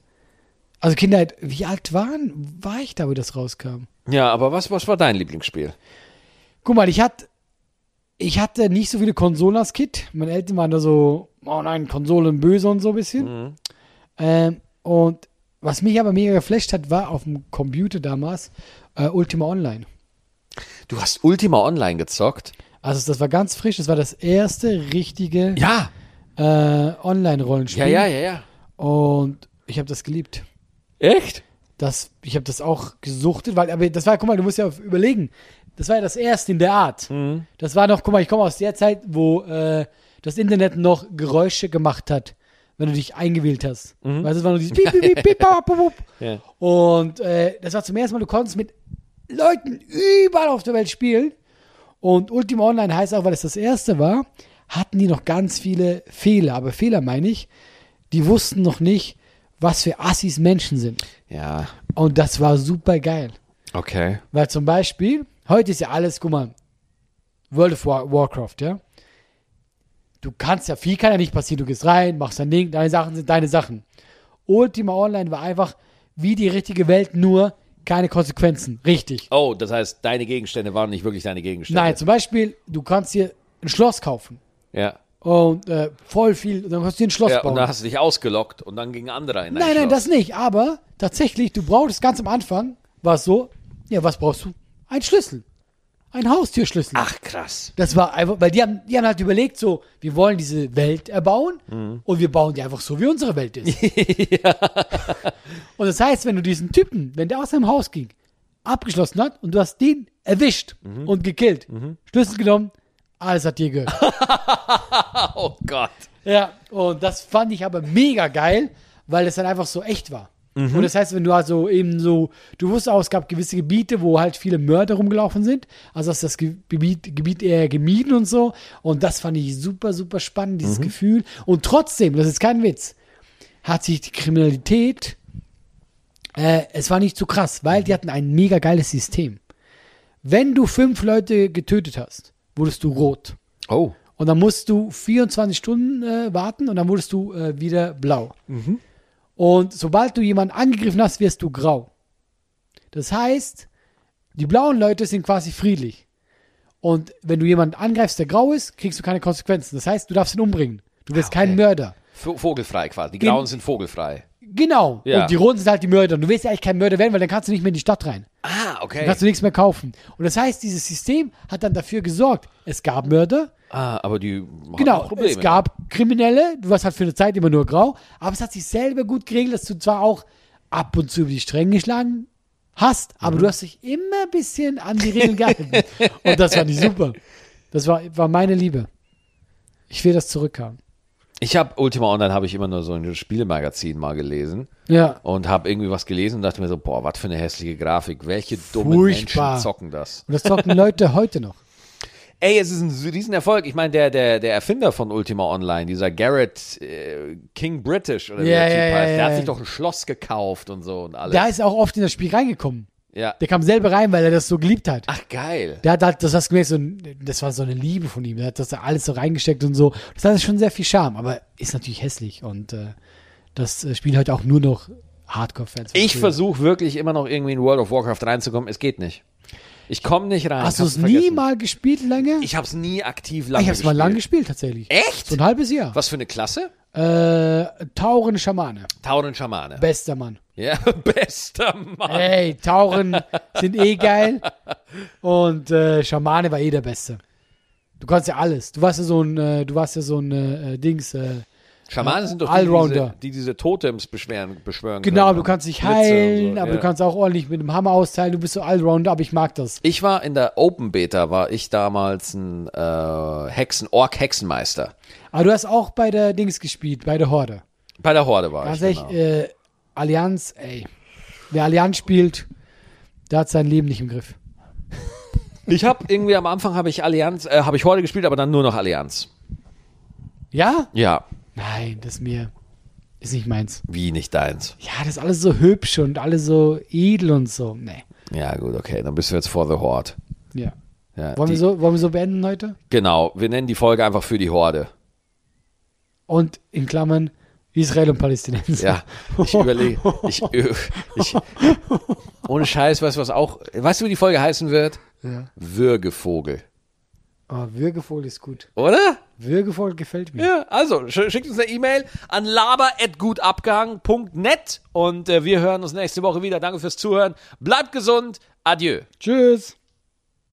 [SPEAKER 2] Also Kindheit, wie alt waren, war ich da, wo das rauskam?
[SPEAKER 1] Ja, aber was, was war dein Lieblingsspiel?
[SPEAKER 2] Guck mal, ich hatte, ich hatte nicht so viele Konsolen als Kind. Meine Eltern waren da so, oh nein, Konsolen böse und so ein bisschen.
[SPEAKER 1] Mhm.
[SPEAKER 2] Ähm, und was mich aber mega geflasht hat, war auf dem Computer damals äh, Ultima Online.
[SPEAKER 1] Du hast Ultima Online gezockt?
[SPEAKER 2] Also das war ganz frisch, das war das erste richtige
[SPEAKER 1] Ja.
[SPEAKER 2] äh, Online-Rollenspiel.
[SPEAKER 1] Ja, ja, ja, ja.
[SPEAKER 2] Und ich habe das geliebt.
[SPEAKER 1] Echt?
[SPEAKER 2] Das, ich habe das auch gesuchtet, weil, aber das war, guck mal, du musst ja überlegen, das war ja das erste in der Art. Das war noch, guck mal, ich komme aus der Zeit, wo äh, das Internet noch Geräusche gemacht hat, wenn du dich eingewählt hast. Weißt du, es war nur dieses piep, piep, piep, piep, piep, piep, piep.
[SPEAKER 1] Ja.
[SPEAKER 2] Und äh, das war zum ersten Mal, du konntest mit Leuten überall auf der Welt spielen. Und Ultima Online heißt auch, weil es das erste war, hatten die noch ganz viele Fehler. Aber Fehler meine ich, die wussten noch nicht, was für Assis Menschen sind.
[SPEAKER 1] Ja,
[SPEAKER 2] Und das war super geil.
[SPEAKER 1] okay.
[SPEAKER 2] Weil zum Beispiel, heute ist ja alles, guck mal, World of War, Warcraft, ja. Du kannst ja, viel kann ja nicht passieren. Du gehst rein, machst dein Ding, deine Sachen sind deine Sachen. Ultima Online war einfach wie die richtige Welt, nur keine Konsequenzen. Richtig.
[SPEAKER 1] Oh, das heißt, deine Gegenstände waren nicht wirklich deine Gegenstände.
[SPEAKER 2] Nein, zum Beispiel, du kannst dir ein Schloss kaufen.
[SPEAKER 1] Ja.
[SPEAKER 2] Und äh, voll viel, dann kannst du dir ein Schloss
[SPEAKER 1] ja und
[SPEAKER 2] bauen.
[SPEAKER 1] dann hast du dich ausgelockt und dann ging ein anderer in dein
[SPEAKER 2] Nein, nein,
[SPEAKER 1] Schloss.
[SPEAKER 2] das nicht. Aber tatsächlich, du brauchst ganz am Anfang, war es so, ja, was brauchst du? Ein Schlüssel. Ein Haustürschlüssel.
[SPEAKER 1] Ach, krass.
[SPEAKER 2] Das war einfach, weil die haben, die haben halt überlegt, so, wir wollen diese Welt erbauen und wir bauen die einfach so, wie unsere Welt ist. Und das heißt, wenn du diesen Typen, wenn der aus seinem Haus ging, abgeschlossen hat und du hast den erwischt und gekillt, Schlüssel genommen, alles hat dir gehört.
[SPEAKER 1] Oh Gott.
[SPEAKER 2] ja, und das fand ich aber mega geil, weil es dann einfach so echt war. Und das heißt, wenn du also eben so, du wusstest auch, es gab gewisse Gebiete, wo halt viele Mörder rumgelaufen sind. Also hast du das Ge- Gebiet, Gebiet eher gemieden und so. Und das fand ich super, super spannend, dieses Gefühl. Und trotzdem, das ist kein Witz, hat sich die Kriminalität, äh, es war nicht zu krass, weil die hatten ein mega geiles System. Wenn du fünf Leute getötet hast, wurdest du rot.
[SPEAKER 1] Oh.
[SPEAKER 2] Und dann musst du 24 Stunden äh, warten und dann wurdest du äh, wieder blau.
[SPEAKER 1] Mhm.
[SPEAKER 2] Und sobald du jemanden angegriffen hast, wirst du grau. Das heißt, die blauen Leute sind quasi friedlich. Und wenn du jemanden angreifst, der grau ist, kriegst du keine Konsequenzen. Das heißt, du darfst ihn umbringen. Du wirst
[SPEAKER 1] Ah, okay.
[SPEAKER 2] kein Mörder.
[SPEAKER 1] V- Vogelfrei quasi. Die Grauen
[SPEAKER 2] Gen-
[SPEAKER 1] sind vogelfrei.
[SPEAKER 2] Genau.
[SPEAKER 1] Ja.
[SPEAKER 2] Und die Roten sind halt die Mörder. Und du willst ja eigentlich kein Mörder werden, weil dann kannst du nicht mehr in die Stadt rein.
[SPEAKER 1] Ah, okay.
[SPEAKER 2] Dann kannst du nichts mehr kaufen. Und das heißt, dieses System hat dann dafür gesorgt, es gab Mörder,
[SPEAKER 1] ah, aber die haben
[SPEAKER 2] Genau,
[SPEAKER 1] auch Probleme. ne?
[SPEAKER 2] es gab Kriminelle, du warst halt für eine Zeit immer nur grau, aber es hat sich selber gut geregelt, dass du zwar auch ab und zu über die Stränge geschlagen hast,
[SPEAKER 1] Mhm.
[SPEAKER 2] aber du hast dich immer ein bisschen an die Regeln gehalten. und das fand ich super. Das war, war meine Liebe. Ich will das zurückhaben.
[SPEAKER 1] Ich habe Ultima Online habe ich immer nur so ein Spielemagazin mal gelesen
[SPEAKER 2] Ja.
[SPEAKER 1] und habe irgendwie was gelesen und dachte mir so, boah, was für eine hässliche Grafik. Welche dummen
[SPEAKER 2] Furchtbar.
[SPEAKER 1] Menschen zocken das?
[SPEAKER 2] Und das zocken Leute heute noch.
[SPEAKER 1] Ey, es ist ein Riesenerfolg. Ich meine, der, der, der Erfinder von Ultima Online, dieser Garrett äh, King British oder wie der
[SPEAKER 2] Ja,
[SPEAKER 1] Typ
[SPEAKER 2] ja, ja,
[SPEAKER 1] heißt, der
[SPEAKER 2] ja,
[SPEAKER 1] hat
[SPEAKER 2] ja.
[SPEAKER 1] sich doch ein Schloss gekauft und so und alles.
[SPEAKER 2] Der ist auch oft in das Spiel reingekommen.
[SPEAKER 1] ja.
[SPEAKER 2] Der kam selber rein, weil er das so geliebt hat.
[SPEAKER 1] Ach, geil.
[SPEAKER 2] Der hat halt, das hast du gemerkt, so, ein- das war so eine Liebe von ihm. Der hat das da alles so reingesteckt und so. Das hat schon sehr viel Charme, aber ist natürlich hässlich. Und äh, das äh, spielen heute auch nur noch Hardcore-Fans.
[SPEAKER 1] Ich versuche wirklich immer noch irgendwie in World of Warcraft reinzukommen. Es geht nicht. Ich komme nicht rein.
[SPEAKER 2] Hast
[SPEAKER 1] Ich
[SPEAKER 2] du
[SPEAKER 1] hab's
[SPEAKER 2] es nie
[SPEAKER 1] vergessen.
[SPEAKER 2] mal gespielt lange?
[SPEAKER 1] Ich habe es nie aktiv
[SPEAKER 2] Ah,
[SPEAKER 1] lange
[SPEAKER 2] ich habe es mal lang
[SPEAKER 1] gespielt.
[SPEAKER 2] gespielt, tatsächlich.
[SPEAKER 1] Echt?
[SPEAKER 2] So ein halbes Jahr.
[SPEAKER 1] Was für eine Klasse?
[SPEAKER 2] Äh, Tauren Schamane.
[SPEAKER 1] Tauren Schamane.
[SPEAKER 2] Bester Mann.
[SPEAKER 1] ja, bester Mann.
[SPEAKER 2] Ey, Tauren sind eh geil. Und äh, Schamane war eh der Beste. Du kannst ja alles. Du warst ja so ein, äh, du warst ja so ein äh, äh, Dings. Äh,
[SPEAKER 1] Schamane sind doch die, die,
[SPEAKER 2] Allrounder.
[SPEAKER 1] diese, die diese Totems beschweren, beschwören
[SPEAKER 2] Genau,
[SPEAKER 1] können.
[SPEAKER 2] du kannst dich
[SPEAKER 1] Blitze und
[SPEAKER 2] heilen,
[SPEAKER 1] so,
[SPEAKER 2] aber
[SPEAKER 1] ja.
[SPEAKER 2] du kannst auch ordentlich mit dem Hammer austeilen. Du bist so Allrounder, aber ich mag das.
[SPEAKER 1] Ich war in der Open Beta, war ich damals ein äh, Hexen, Ork-Hexenmeister.
[SPEAKER 2] Aber du hast auch bei der Dings gespielt, bei der Horde.
[SPEAKER 1] Bei der Horde war ich.
[SPEAKER 2] Tatsächlich,
[SPEAKER 1] Genau.
[SPEAKER 2] äh, Allianz, ey. Wer Allianz spielt, der hat sein Leben nicht im Griff.
[SPEAKER 1] genau. Ich habe irgendwie am Anfang habe ich Allianz, äh, habe ich Horde gespielt, aber dann nur noch Allianz.
[SPEAKER 2] Ja?
[SPEAKER 1] Ja,
[SPEAKER 2] Nein, das ist mir ist nicht meins.
[SPEAKER 1] wie nicht deins.
[SPEAKER 2] Ja, das ist alles so hübsch und alles so edel und so. Nee.
[SPEAKER 1] Ja, gut, okay, dann bist du jetzt vor The Horde.
[SPEAKER 2] Ja.
[SPEAKER 1] Ja,
[SPEAKER 2] Wollen,
[SPEAKER 1] die,
[SPEAKER 2] wir so, wollen wir so beenden heute?
[SPEAKER 1] Genau, wir nennen die Folge einfach für die Horde.
[SPEAKER 2] Und in Klammern Israel und Palästinenser.
[SPEAKER 1] Ja, ich überlege. Ich, ö- ich, ohne Scheiß, weißt du, was auch. Weißt du, wie die Folge heißen wird?
[SPEAKER 2] ja.
[SPEAKER 1] Würgevogel.
[SPEAKER 2] Oh, Würgevoll ist gut.
[SPEAKER 1] Oder?
[SPEAKER 2] Würgevoll gefällt mir.
[SPEAKER 1] Ja, also sch schickt uns eine E-Mail an laber.gutabgehangen.net und äh, wir hören uns nächste Woche wieder. Danke fürs Zuhören. Bleibt gesund. Adieu.
[SPEAKER 2] Tschüss.